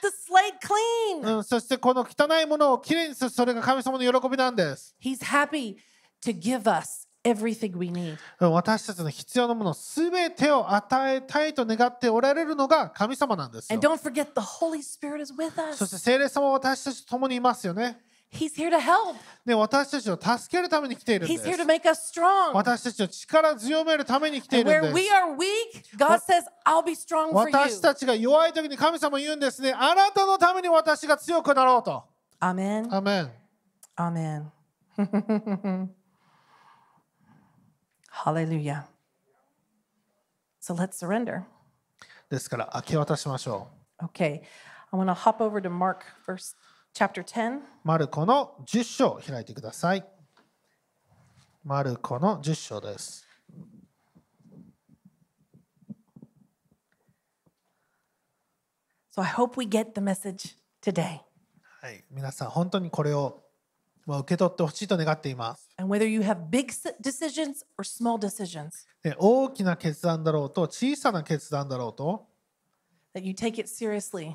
the slate clean.
うん、そしてこの汚いものをきれいにするそれが神様の喜びなんです
He's happy to give us everything we need.
うん私たちの必要なもの全てを与えたいと願っておられるのが神様なんですよ
And don't forget, the Holy Spirit is with
そして
us.
聖霊様は私たちと共にいますよね
He's here to help,
で私たちを助けるために来ているんで
He's
す
here to make us strong.
私たちを力強めるために来てい
And
るん
where
で
we
す
are weak, God says, I'll be strong for
私
you.
たちが弱い時に神様は言うんですねあなたのために私が強くなろうと
Amen.
アーメン
Amen. (laughs) Hallelujah. So let's surrender.
ですから明け渡しましょ
Okay. I want to hop over to Mark verse chapter 10.
うマルコの10章を開いてくださいマルコの10章です
So I hope we get the message today.
はい、皆さん本当にこれをまあ受け取ってほしいと願っています。
And whether you have big s- decisions or small decisions,
で大きな決断だろうと小さな決断だろうと
that you take it seriously.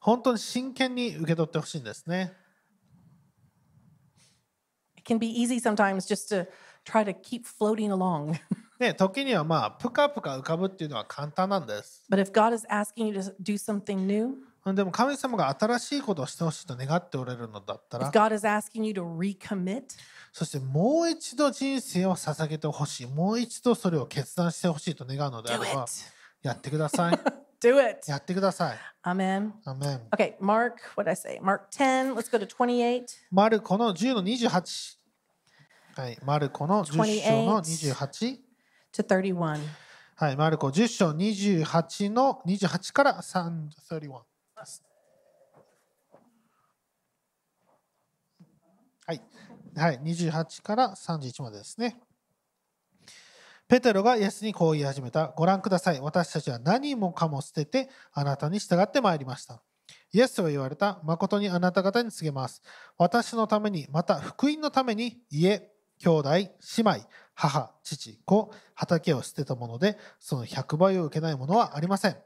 本当に真剣に受け取ってほしいんですね。
It can be easy sometimes just to try to keep floating along. (laughs)
で時にはまあプカプカ浮かぶっていうのは簡単なんです。
but if God is asking you to do something new,
でも神様が新しいことをしてほしいと願っておられるのだった
if
ら
God is asking you to recommit,
そしてもう一度人生を捧げてほしいもう一度それを決断してほしいと願うのであ
do
れば
it.
やってくださ
(laughs)
い。
Do it.
やってください。
Amen.
アーメン
Okay, Mark, what did I say? Mark 10, let's go to 28.
マルコの10の28。はい、マルコの10章の28。
to 31.
はい、マルコ10章28の28から3 31です。はい、はい、28から31までですね。ペテロがイエスにこう言い始めた。ご覧ください。私たちは何もかも捨ててあなたに従ってまいりました。イエスは言われた。誠にあなた方に告げます。私のために、また福音のために、家、兄弟、姉妹、母、父、子、畑を捨てたもので、その100倍を受けないものはありません。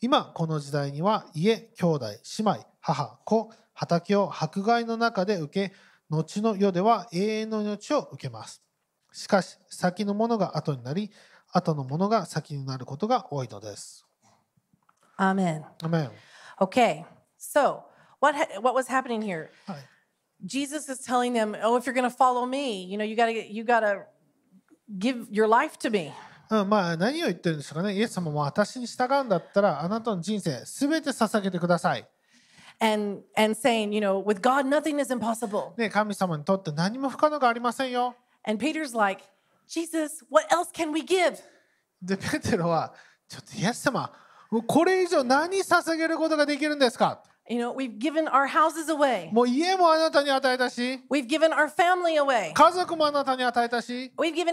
今、この時代には、家、兄弟、姉妹、母、子、畑を迫害の中で受け、後の世では永遠の命を受けます。しかし、先のものが後になり、後のものが先になることが多いのです。
Amen.
アーメン
Okay, so what, ha- what was happening here?
はい
Jesus is telling them, oh, if you're going to follow me, you know, you got to you got to give your life to me.
うん、まあ何を言ってるんでしょうかね。イエス様も私に従うんだったら、あなたの人生すべて捧げてください。
And and saying, you know, with God nothing is impossible.
ね、神様にとって何も不可能がありませんよ。
And Peter's like, Jesus, what else can we give?
で、ペテロは、ちょっとイエス様、もうこれ以上何捧げることができるんですか
You know, we've given our houses away.
もう家もあなたに与えたし、
We've given our family away.
家族もあなたに与えたし、
We've given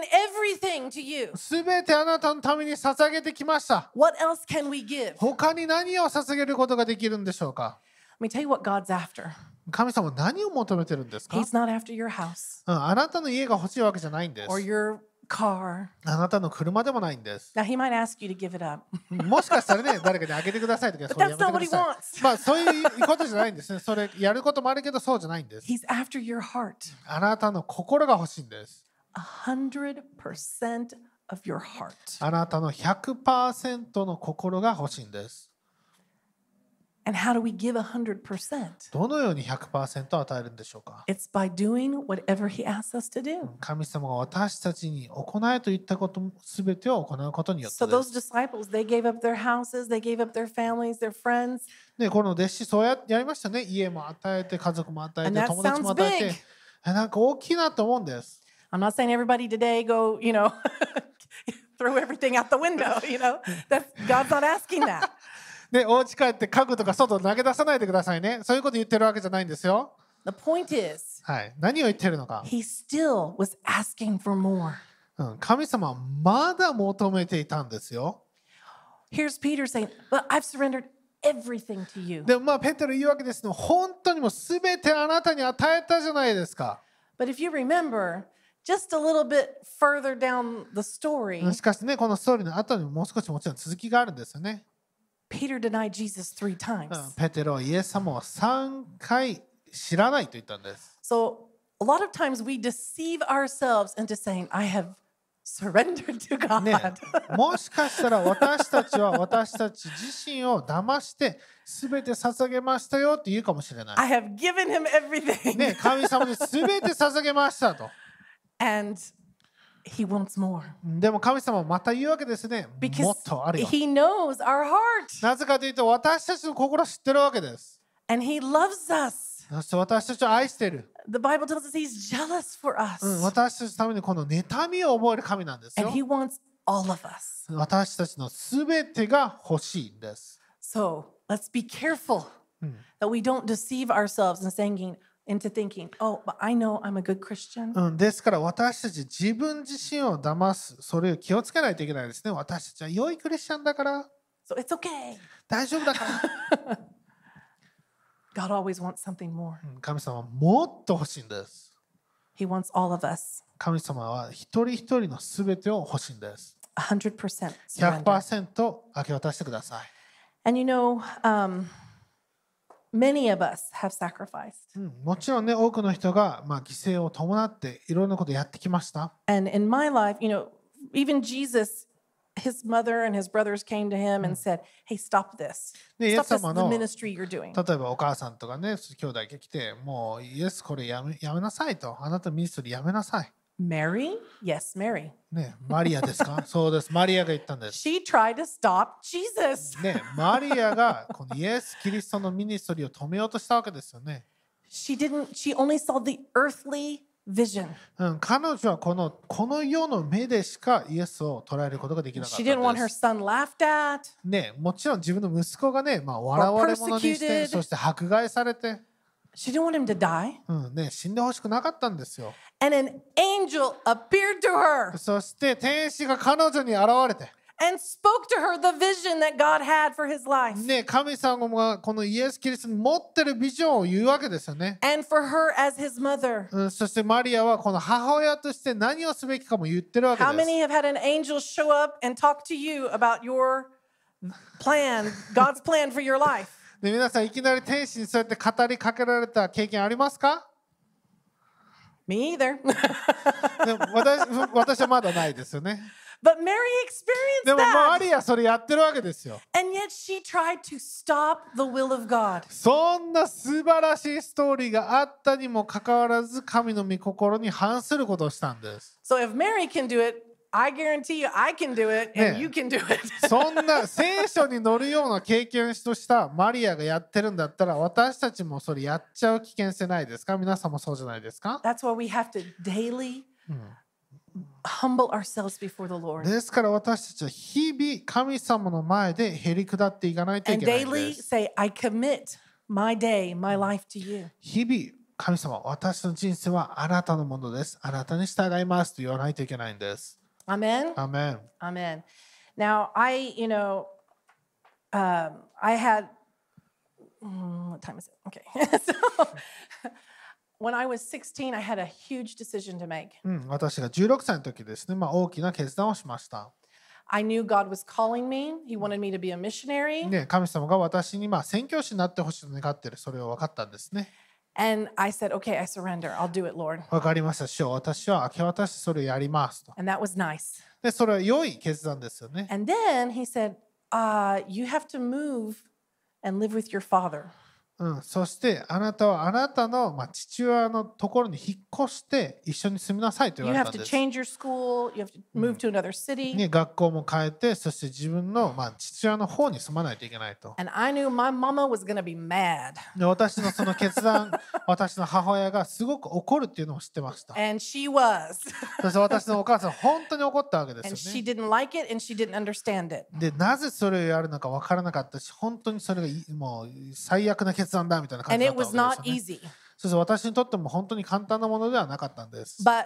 everything to you.
すべてあなたのために捧げてきました。
What else can we give?
他に何を捧げることができるんでしょうか
Let me tell you what God's after.
神様は何を求めてるんですか、うん、
He's not after your house
あなたの家が欲しいわけじゃないんです
or your car.
あなたの車でもないんです。
Now, He might ask you to give it up.
もしかしたらね、誰かにあげてくださいとか、それやめてくだ
But that's not
さ
what he
い。まあ、そういうことじゃないんですね。それやることもあるけど、そうじゃないんです。
He's after your heart.
あなたの心が欲しいんです。
A 100% of your heart.
あなたの100%の心が欲しいんです。
And how do we give a 100%?
どのように100%与えるんでしょうか
It's by doing whatever He asks us to do.
神様が私たちに行えと言ったことすべてを行うことによって
So
で
those
す。
disciples, they gave up their houses, they gave up their families, their friends.
ね、この弟子、そうややりましたね。家も与えて、家族も与え
And
て、
that
友達も与え
sounds big.
て。えなんか大きいなと思うんです。
I'm not saying everybody today go, you know, (laughs) throw everything out the window, you know. That's God's not asking that.
で、お家帰って家具とか外投げ出さないでくださいね。そういうこと言ってるわけじゃないんですよ。
The point is,
はい。何を言ってるのか。
he still was asking for more.
うん、神様はまだ求めていたんですよ。
Here's Peter saying, But I've surrendered everything to you.
でもまあペテロ言うわけですの本当にもう全てあなたに与えたじゃないですか。
But if you remember, just a little bit further down the story,
しかしねこのストーリーの後にももう少しもちろん続きがあるんですよね。
Peter denied Jesus three
う
times. (laughs)
ん、ペテロはイエス様を3回知らないと言ったんです。
So a lot of times we deceive ourselves into saying, I have surrendered to God. (laughs)
ね、もしかしたら私たちは私たち自身を騙して全て捧げましたよって言うかもしれない
I。have given him everything.
ね、神様に全て捧げましたと。
and he wants more
でも神様はまた言うわけですね。も
because
っとあるよ。
he knows our heart
なぜかというと私たちの心を知ってるわけです。
and he loves us.
そして私たちを愛している。
The Bible tells us he's jealous for us
うん、私たちのためにこの妬みを覚える神なんですよ
and。he wants all of us.
私たちのすべてが欲しいんです。
So let's be careful that we don't deceive ourselves in saying, into thinking, oh, but I know I'm a good Christian.
うん、ですから私たち自分自身を騙す、それを気をつけないといけないですね。私たちは良いクリスチャンだから、
So it's okay.
大丈夫だから。
God always wants something more.
うん神様はもっと欲しいんです。
He wants all of us
神様は一人一人のすべてを欲しいんです。
100% surrender.
100%明け渡してください。
And you know, um, many of us have sacrificed.
うん、もちろんね多くの人が、まあ、犠牲を伴っていろんなことやってきました、
And in my life, you know, even Jesus, his mother and his brothers came to him and said, Hey, stop this.
ねイエ
Stop
ス
this,
様
the
の例
ministry you're doing.
えばお母さんとかね兄弟が来てもうイエスこれやめやめなさいとあなたミニストリーやめなさい、
Mary? Yes, Mary.
ね、マリアで
(laughs)
すかそうですマリアが言ったんです、
She tried to stop Jesus.
ね、マリアがこのイエス・キリストのミニストリーを止めようとしたわけですよね、
She didn't, she only saw the earthly vision.
うん、彼女はこのこの世の目でしかイエスを捉えることができなかった
She didn't
ん
want
で
her
す、
son laughed at
ね、もちろん自分の息子がね、まあ、笑われ者にして
persecuted
そして迫害されて
She didn't want him to die.
うんね、死んでほしくなかったんですよ。
And an angel appeared to her
そして天使が彼女に現れて、
and spoke to her the vision that God had for his life.
ね、神様がこのイエス・キリストに持ってるビジョンを言うわけですよね。
And for her as his mother.
うん、そしてマリアはこの母親として何をすべきかも言ってるわけ
How
です。
many have had an angel show up and talk to you about your plan, God's plan for your life?
で皆さんいきなり天使にそうやって語りかけられた経験ありますか
Me either. (laughs)
で私 (laughs) 私はまだないですよね。
but Mary experienced
でもマ
that.
リアそれやってるわけですよ。
And yet she tried to stop the will of God.
そんな素晴らしいストーリーがあったにもかかわらず神の御心に反することをしたんです。
So if Mary can do it, I guarantee you I can do it and
Yeah.
you can do it.
そんな聖書に載るような経験としたマリアがやってるんだったら私たちもそれやっちゃう危険性ないですか皆さんもそうじゃないです
(laughs)
か
That's why we have to daily humble ourselves before the Lord
ですから私たちは日々神様の前でへり下っていかないとい
and
けないん
daily
です
say, I commit my day, my life to you.
日々神様私の人生はあなたのものですあなたに従いますと言わないといけないんです
Amen.
アーメン
Amen. Now, I, you know, um, I had mm, what time is it? Okay. (laughs) so when I was 16, I had a huge decision to make.
うん、私が16歳の時ですね、まあ、大きな決断をしました。
I knew God was calling me. He wanted me to be a missionary.
で、神様が私にまあ宣教師になってほしいと願ってる、それを分かったんですね。
And I said, okay, I surrender. I'll do it, Lord.
分かりました、師匠、私は明け渡してそれをやりますと。
And that was nice.
で、それは良い決断ですよね。
And then he said, uh, you have to move and live with your father.
うん、そしてあなたはあなたの、まあ、父親のところに引っ越して一緒に住みなさいと
You
言われ
have
たん
to
です。
change your school. You have to move to another city.
ね、学校も変えてそして自分の、まあ、父親の方に住まないといけないと
And I knew my mama was going to be mad.
で私のその
(laughs)
決断私の母親がすごく怒るっていうのを知ってました
And she was.
そして私のお母さん本当に怒ったわけで
(laughs) and
すよ
she
ね
didn't like it and she didn't understand it.
でなぜそれをやるのか分からなかったし本当にそれがいもう最悪な決断だみたいな感
And
じだ
it
ったわ
was
けです
not
よね
easy.
そして私にとっても本当に簡単なものではなかったんです
But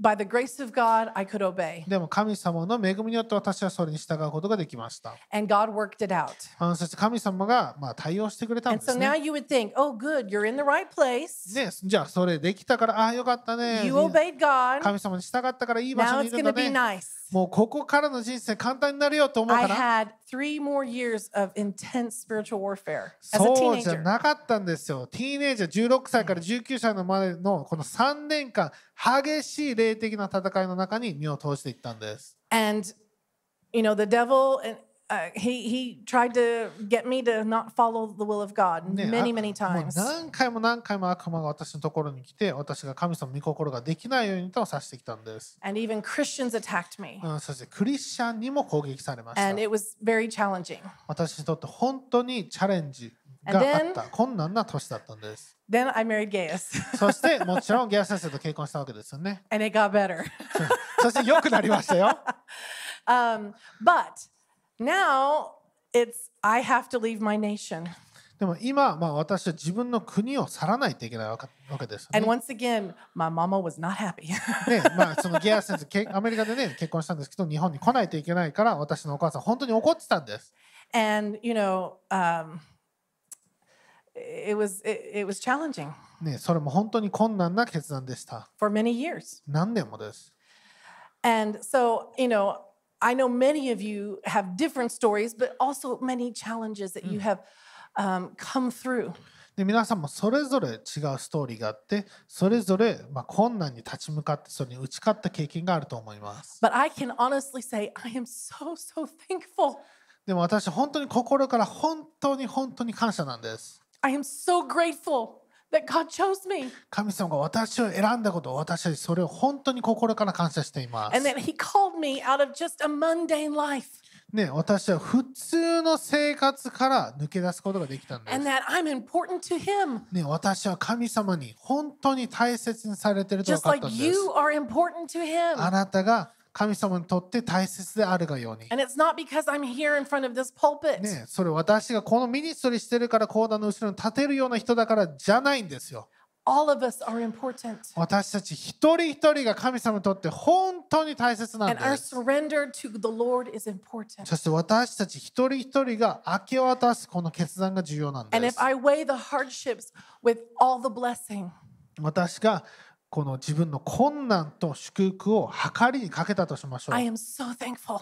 by the grace of God, I could obey.
でも神様の恵みによって私はそれに従うことができました。
And God worked it out.
あのそして神様がまあ対応してくれたん
And
で
so
す
now
ね。
you would think, oh, good, you're in the right place.
ね、じゃあそれできたからああよかったね。
You obeyed God.
神様に従ったからいい場
Now
所に
it's
いる
going to
んだ
be
ね。
nice.
もうここからの人生簡単になるよと思う
I
から
had three more years of intense spiritual warfare as a
そうじゃ
teenager.
なかったんですよ。ティーネイジャー16歳から19歳のまでのこの3年間激しい霊的な戦いの中に身を投じていったんです。
And, you know, the devil, and uh, he, he tried to get me to not follow the will of God
ね
many, many
あもう
times.
何回も何回も悪魔が私のところに来て私が神様の御心ができないようにとさせてきたんです、
And even Christians attacked me.
うん、そしてクリスチャンにも攻撃されまし
And
た
it was very challenging.
私にとって本当にチャレンジがあっ
And
た困難な年だったんです
Then I married Gaius, (laughs)
そしてもちろんゲア先生と結婚したわけですよね
and it got better.
そして良くなりましたよ
Um, but now it's I have to leave my nation.
でも今、まあ、私は自分の国を去らないといけないわけわけですよ
And
ね
once again, my mama was not happy. (laughs)
ねまあ、そのゲア先生けアメリカでね結婚したんですけど日本に来ないといけないから私のお母さん本当に怒ってたんです
and you know, um, it was it, it was challenging
ね、それも本当に困難な決断でした。
for many years.
何年もです。
And so you know, I know many of you have different stories, but also many challenges that you have um, come through.
で皆さんもそれぞれ違うストーリーがあってそれぞれまあ困難に立ち向かってそれに打ち勝った経験があると思います。
But I can honestly say I am so so thankful.
でも私本当に心から本当に本当に感謝なんです。
I am so grateful that God chose me
神様が私を選んだことを私はそれを本当に心から感謝していま
and
す。
that He called me out of just a mundane life
ね、私は普通の生活から抜け出すことができたんです
and。that I'm important to Him
ね、私は神様に本当に大切にされていると分
just
かっ
like
たんです。
you are important to Him.
あなたが神様にとって大切であるがように。
And it's not because I'm here in front of this pulpit.
ねえ、それ私がこのミニストリーしてるから講談の後ろに立てるような人だからじゃないんですよ。
All of us are important.
私たち一人一人が神様にとって本当に大切なん
And our
です。
surrender to the Lord is important.
そして私たち一人一人が明け渡すこの決断が重要なん
And
で
if
す。
I weigh the hardships with all the blessing,
私がこの自分の困難と祝福を計りにかけたとしましょ
I
う。
am so thankful.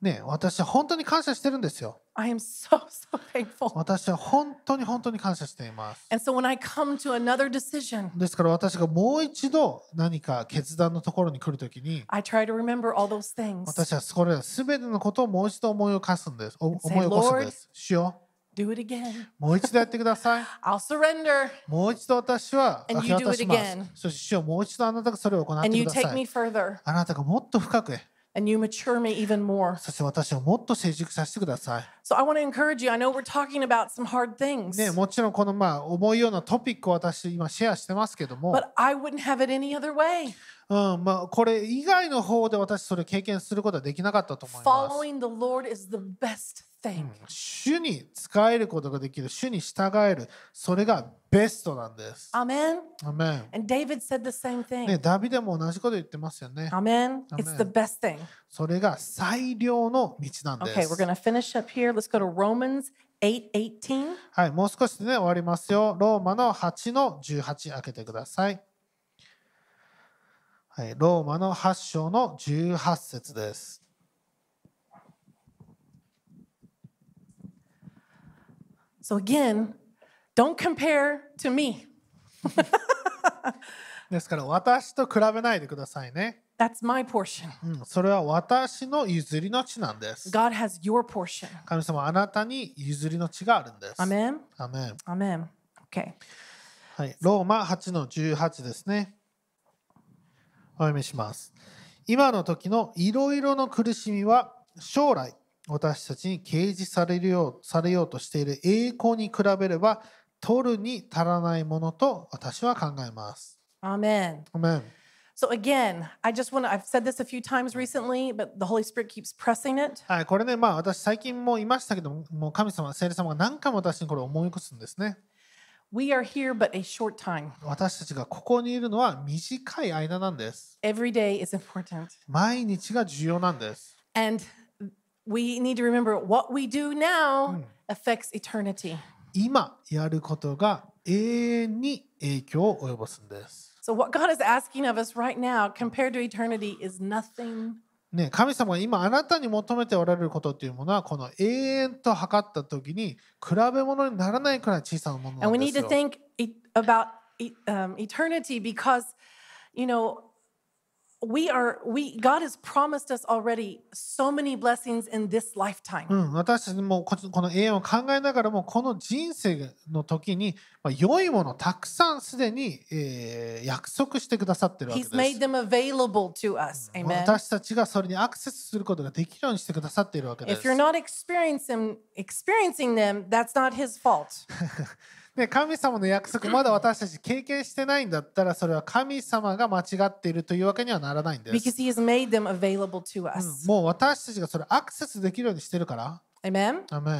ねえ、私は本当に感謝してるんですよ。
I am so, so thankful.
私は本当に本当に感謝しています。
And so when I come to another decision,
ですから私がもう一度何か決断のところに来るときに
I try to remember all those things.
私はそれら全てのことをもう一度思い起こすんですお
And say,
思い起こすんです主よ
Do it again.
もう一度やってく
(laughs)
ださい
I'll surrender
もう一度私は
And
明
you
け渡しま
do it again.
すそして主よもう一度あなたがそれを行って
and
く
you
だ
take
さ
me
い
further
あなたがもっと深くへ
and you mature me even more.
そして私をもっと成熟させてください
So I want to encourage you. I know we're talking about some hard things,
ねもちろんこのまあ重いようなトピックを私今シェアしてますけども、
but I wouldn't have it any other way.
うんまあ、これ以外の方で私それ経験することはできなかったと思います
Following the Lord is the best thing.
Hmm. 主に使えることができる、主に従える、それがベストなんです。
Amen.
アメン
And David said the same thing.
ね、ダビデも同じこと言ってますよね。
Amen. It's the
Amen.
best thing.
それが最良の道なんです。
Okay, we're going to finish up here. Let's go to Romans 8:18.
はい、もう少しでね、終わりますよ。ローマの8の18開けてください。はい、ローマの8章の18節です。
So again, don't compare to me.
ですから、私と比べないでくださいね。
That's my portion.
うん、それは私の譲りの地なんです。
God has your portion.
神様、あなたに譲りの地があるんです。
Amen.
アメン
Amen. Okay.
はい、ローマ8の18ですね。お読みします。今の時のいろいろの苦しみは将来私たちに掲示されるようされようとしている栄光に比べれば取るに足らないものと私は考えます。
Amen.
ごめん。
So again, I just want to I've said this a few times recently, but the Holy Spirit keeps pressing it.
はい、これね、まあ私最近も言いましたけども、もう神様、聖霊様が何回も私にこれを思い起こすんですね。
We are here but a short time.
私たちがここにいるのは短い間なんです。
Every day is important.
毎日が重要なんです。
And we need to remember what we do now affects eternity.
今やることが永遠に影響を及ぼすんです。
So what God is asking of us right now compared to eternity is nothing.
ね、神様が今あなたに求めておられることというものはこの永遠と測った時に比べ物にならないくらい小さなものな
And we
んで
need
す
to
よ。
think e- about e- um, eternity because, you know, we are we God has promised us already so many blessings in this lifetime.
うん、私たちもこっちこの永遠を考えながらもこの人生の時に、まあ、良いものたくさんすでに、えー約束してくださってるわけで
He's
す。
made them available to us.
もう
Amen.
私たちがそれにアクセスすることができるようにしてくださっているわけで
If
す
you're。not experiencing experiencing them, that's not his fault.
で神様の約束まだ私たち経験してないんだったらそれは神様が間違っているというわけにはならないんです。
Because he has made them available to
うん
us.
もう私たちがそれアクセスできるようにしてるから。
Amen.
アメン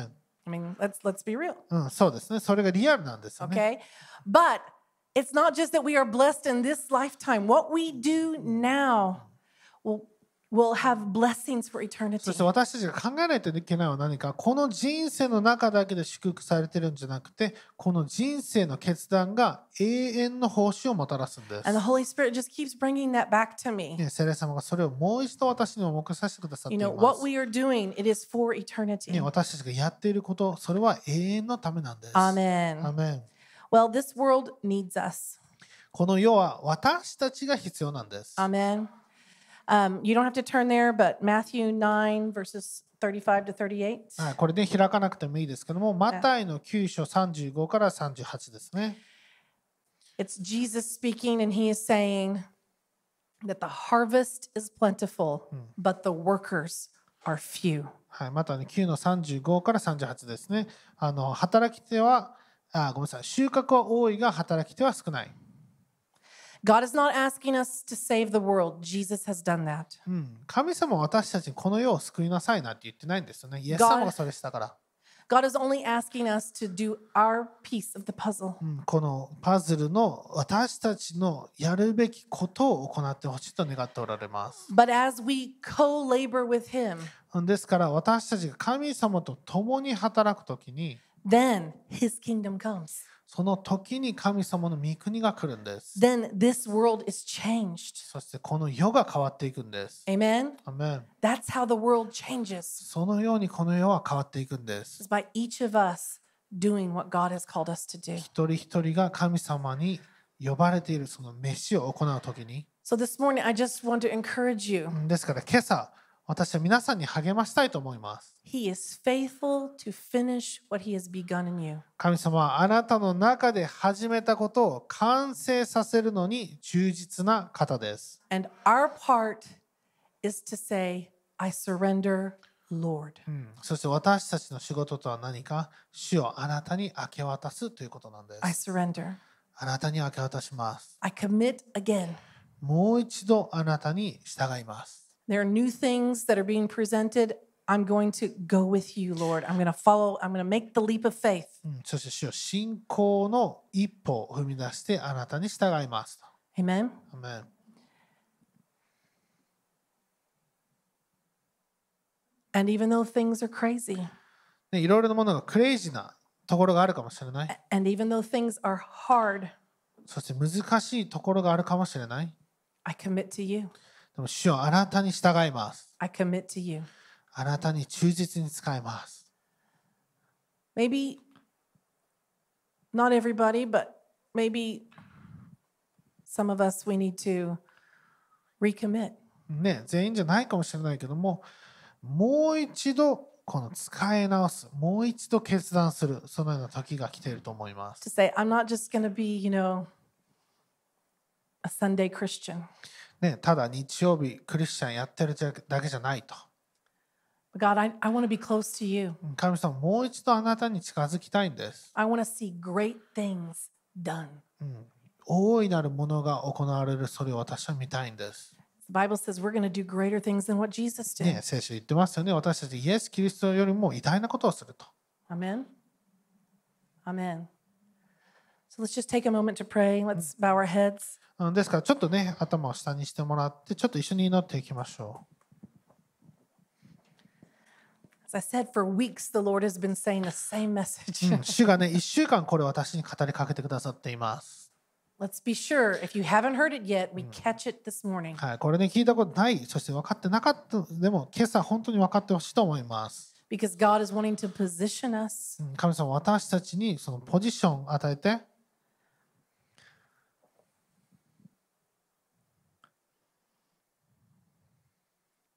I mean, let's let's be real.
うん、そうですね。それがリアルなんですよね。
Okay? But it's not just that we are blessed in this lifetime. What we do now will, will have blessings for
そ
eternity.
して私たちが考えないといけないのは何かこの人生の中だけで祝福されてるんじゃなくてこの人生の決断が永遠の報酬をもたらすんです
And the。Holy Spirit just keeps bringing that back to me.
ね聖霊様がそれをもう一度私に重くさせてくださって
You
いま
know, what
す。
we are doing, it is for eternity.
ね、私たちがやっていることそれは永遠のためなんです。ア
Amen.
メン
Well, this world needs us.
この世は私たちが必要なんです。
Amen. Um, you don't have to turn there, but Matthew 9, verses 35 to 38.
はい、これで開かなくてもいいですけども、マタイの9章35から38ですね。
It's Jesus speaking, and he is saying that the harvest is plentiful, but the workers are few.
はい、マタイの9の35から38ですね。あの働き手はあ、ごめんなさい、収穫は多いが働き手は少ない。
God is not asking us to save the world. Jesus has done that.
うん、神様は私たちにこの世を救いなさいなんて言ってないんですよね。イエス様がそれしたから。
God is only asking us to do our piece of the puzzle.
うんこのパズルの私たちのやるべきことを行ってほしいと願っておられます。
But as we co labor with Him,
ですから私たちが神様と共に働くときに
then His kingdom comes.
その時に神様の御国が来るんです。
Then this world is changed.
そしてこの世が変わっていくんです。
Amen.
アメン
That's how the world changes,
そのようにこの世は変わっていくんです。
is by each of us doing what God has called us to do.
一人一人が神様に呼ばれているその飯を行う時に。
So this morning, I just want to encourage you.
ですから今朝私は皆さんに励ましたいと思います。
He is faithful to finish what he has begun in you.
神様はあなたの中で始めたことを完成させるのに忠実な方です。
And our part is to say, I surrender, Lord.
うんそして私たちの仕事とは何か主をあなたに明け渡すということなんです
I。surrender.
あなたに明け渡します。
I commit again.
もう一度あなたに従います。
There are new things that are being presented. I'm going to go with you, Lord. I'm going to follow, I'm going to make the leap of faith.
うんそして主よ信仰の一歩を踏み出してあなたに従いますと
Amen.
アーメン
And even though things are crazy,
ねいろいろなものがクレイジーなところがあるかもしれない
and even though things are hard,
そして難しいところがあるかもしれない
I commit to you.
でも主よあなたに従います
I commit to you.
あなたに忠実に使います。
Maybe not everybody, but maybe some of us, we need to recommit.
ね、全員じゃないかもしれないけども、もう一度この使い直す、もう一度決断する、そのような時が来ていると思いま
to
す。
say, I'm not just going to be, you know, a Sunday Christian.
ね、ただ日曜日クリスチャンやってるだけじゃないと。
But God, I, I want to be close to you.
神様、もう一度あなたに近づきたいんです。
I want to see great things done.
うん、大いなるものが行われる、それを私は見たいんです。
The Bible says we're going to do greater things than what Jesus did.
ね、聖書言ってますよね。私たちイエス・キリストよりも偉大なことをすると。
Amen. Amen. So let's just take a moment to pray. Let's bow our heads.
うんですからちょっとね頭を下にしてもらってちょっと一緒に祈っていきましょう
As I said, for weeks, the Lord has been saying the same message.
うん主がね1週間これ私に語りかけてくださっています、
(laughs) let's be sure if you haven't heard it yet, we catch it this morning.
はい、これね聞いたことないそして分かってなかったでも今朝本当に分かってほしいと思います
Because God is wanting to position us
うん神様私たちにそのポジションを与えて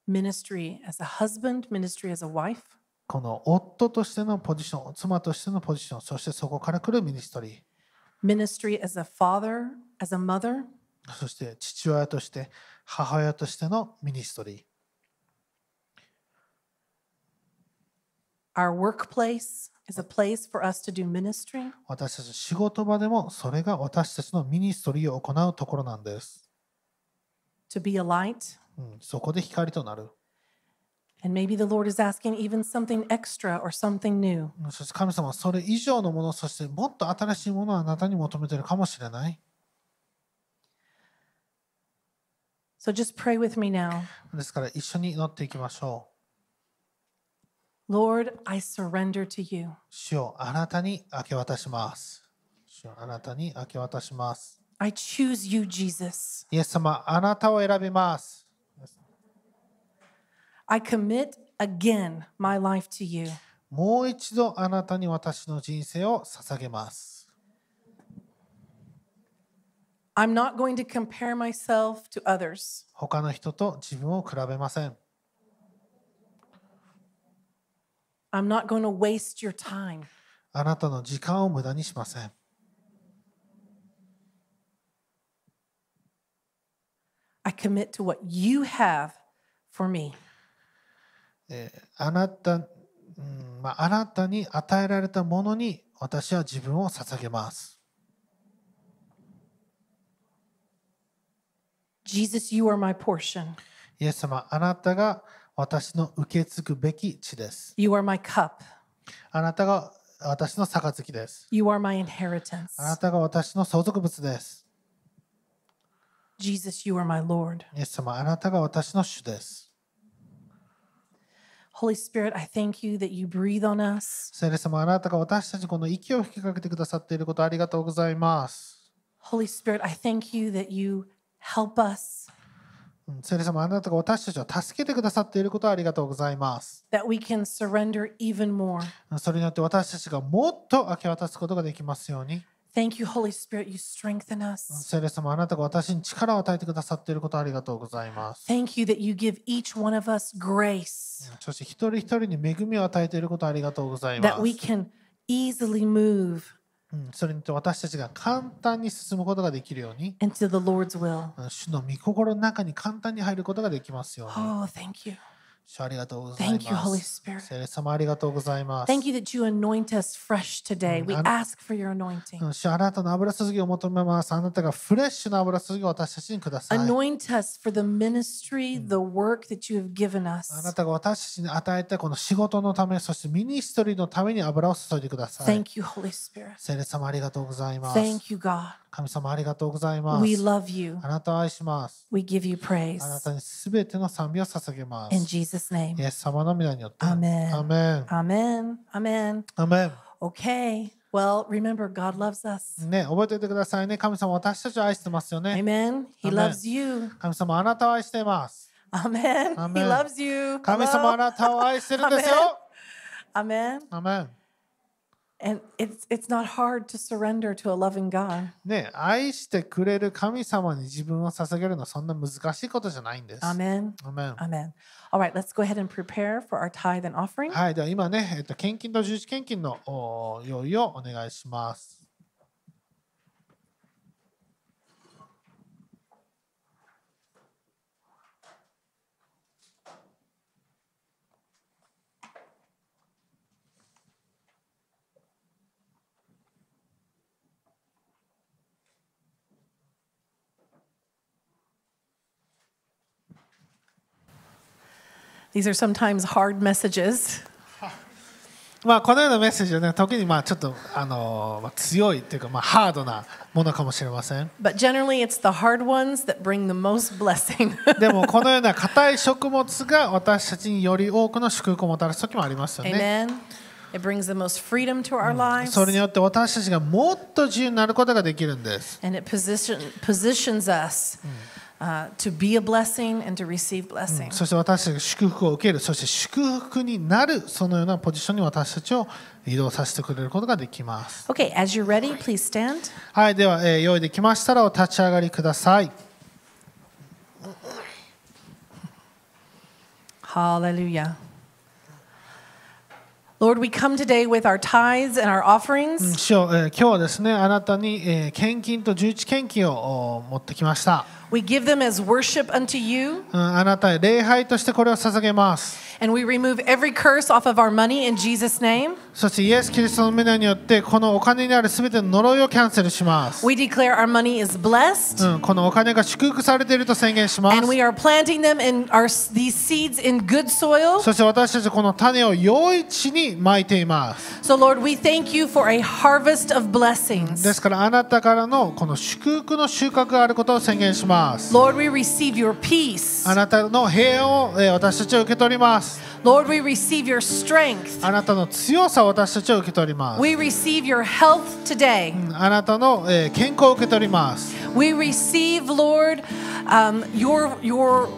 ministry as a husband, ministry as a wife,
この夫としてのポジション妻としてのポジションそしてそこから来るミニストリ
ministry as a father, as a mother,
ーそして父親として母親としてのミニストリー
our workplace is a place for us to do ministry,
私たちの仕事場でもそれが私たちのミニストリーを行うところなんです、
to be a light.
うん、そこで光となる
And maybe the Lord is asking even something extra or something new.
そして神様はそれ以上のものそしてもっと新しいものをあなたに求めているかもしれない
So just pray with me now.
ですから一緒に祈っていきましょ
Lord, I surrender to you.
う主をあなたに明け渡します主をあなたに明け渡します
I choose you, Jesus.
イエス様あなたを選びます
I commit again my life to you.
もう一度あなたに私の人生を捧げます
I'm not going to compare myself to others.
他の人と自分を比べません
I'm not going to waste your time.
あなたの時間を無駄にしません
I commit to what you have for me.
えーあなた、うんまあ、あなたに与えられたものに私は自分を捧げます。
Jesus, you are my portion.
イエス様、あなたが私の受け継ぐべき地です。
You are my cup.
あなたが私の杯です。
You are my inheritance.
あなたが私の相続物です。
Jesus, you are my Lord.
イエス様、あなたが私の主です。
Holy Spirit, I thank you that you breathe on us.
聖霊様、あなたが私たちにこの息を吹きかけてくださっていることありがとうございます。
Holy Spirit, I thank you that you help us,
うん聖霊様、あなたが私たちを助けてくださっていることありがとうございます。
that we can surrender even more.
うんそれによって私たちがもっと明け渡すことができますように。
Thank you, Holy Spirit, you strengthen us.
聖霊様、あなたが私に力を与えてくださっていることありがとうございます。
Thank you that you give each one of us grace,
そして一人一人に恵みを与えていることありがとうございま
that
す。
we can easily move
うんそれによって私たちが簡単に進むことができるように、
into the Lord's will.
うん主の御心の中に簡単に入ることができますように。
Oh, thank you.
主ありがとうござい
Thank you,
ま
Holy
す。
Spirit.
聖霊様ありがとうございます。
Thank you that you anoint us fresh today. We
Mm, ano-
ask for your anointing.
うん主あなたの油注ぎを求めます。あなたがフレッシュな油注ぎを私たちにください。あ
Anoint us for the ministry, the work that you have given
な
us.
たが私たちに与えたこの仕事のため、そしてミニストリーのために油を注いでください。
Thank you, Holy Spirit.
聖霊様ありがとうございます。
Thank you, God.
神様ありがとうございます
We。love you.
あなたを愛します。
We give you praise.
あなたにすべての賛美を捧げま
In
す。
Jesus'
イ
name.
エス様の皆によって。
アーメン
アーメン。
Amen. Amen.
アーメン
Okay. Well, remember, God loves us.
ね、覚えておいてくださいね。神様、私たちを愛してますよね。
Amen. He
Amen.
loves you.
神様、あなたを愛しています。
Amen. (laughs) He
Amen.
loves you.
神様、あ
Hello?
なたを愛してるんですよ。
Amen.
アーメン。
And it's it's not hard to surrender to a loving God.
ね、愛してくれる神様に自分を捧げるのはそんな難しいことじゃないんです。
Amen.
アーメン
Amen. All right, let's go ahead and prepare for our tithe and offering.
はい、では今ね、えっと、献金と十字献金のお用意をお願いします。
These are sometimes hard messages.
まあ、このようなメッセージはね、時にまあちょっと、あのまあ強いというか、まあ、ハードなものかもしれません。
But generally, it's the hard ones that bring the most (laughs) blessing.
でも、このような硬い食物が私たちにより多くの祝福をもたらす時もありますよね。
Amen. It brings the most freedom to
Mm.
our lives.
それによって私たちがもっと自由になることができるんです。
And it position, positions us
Mm.
uh, to be a blessing and to receive blessing.
そして私たちが祝福を受ける、そして祝福になる、そのようなポジションに私たちを移動させてくれることができます。
Okay, as you're ready, please stand.
はい、では、えー用意できましたらお立ち上がりください。
Hallelujah. Lord, we come today with our tithes and our offerings.
主よえー今日はですね、あなたに、えー献金と十一献金をお持ってきました、
We give them as worship unto you,
うん。あなたへ礼拝としてこれを捧げます。
and we remove every curse off of our money in Jesus' name.
そしてイエス・キリストの皆によって、このお金にあるすべての呪いをキャンセルします。
We declare our money is blessed.
うん、このお金が祝福されていると宣言します
And。we are planting them in our these seeds in good soil.
そして私たちはこの種を良い地にまいています。
So Lord, we thank you for a harvest of
で
blessings.
すからあなたからのこの祝福の収穫があることを宣言します。
Lord, we receive your peace.
あなたの平安をえー私たちは受け取ります。
Lord, we receive your strength.
あなたの強さを私たちは受け取ります。
We receive your health today.
うんあなたのえー健康を受け取ります。
We receive, Lord, um, your your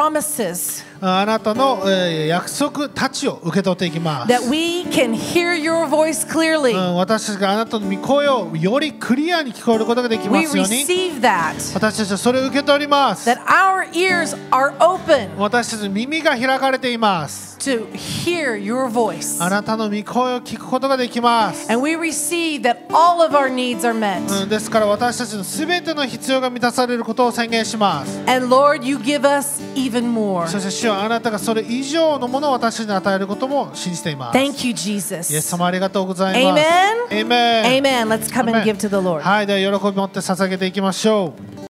promises
あなたのえー約束たちを受け取っていきま
that
す。
we can hear your voice
う
clearly.
ん私たちがあなたの御声をよりクリアに聞こえることができま
We
すように、
receive that.
私たちはそれを受け取ります。
That our ears are open
私たちの耳が開かれています。
to hear your voice.
あなたの御声を聞くことができます。
And we receive that all of our needs are met.
うん、ですから私たちのすべての必要が満たされることを宣言します。
And Lord, you give us even more.
そして主はあなたがそれ以上のものを私たちに与えることも信じています。
Thank you,
イエス
Jesus.
様ありがとうございます。
Amen. Amen.
Amen.
Let's come and
Amen.
give to the Lord.
はい、では喜びを持って捧げていきましょう。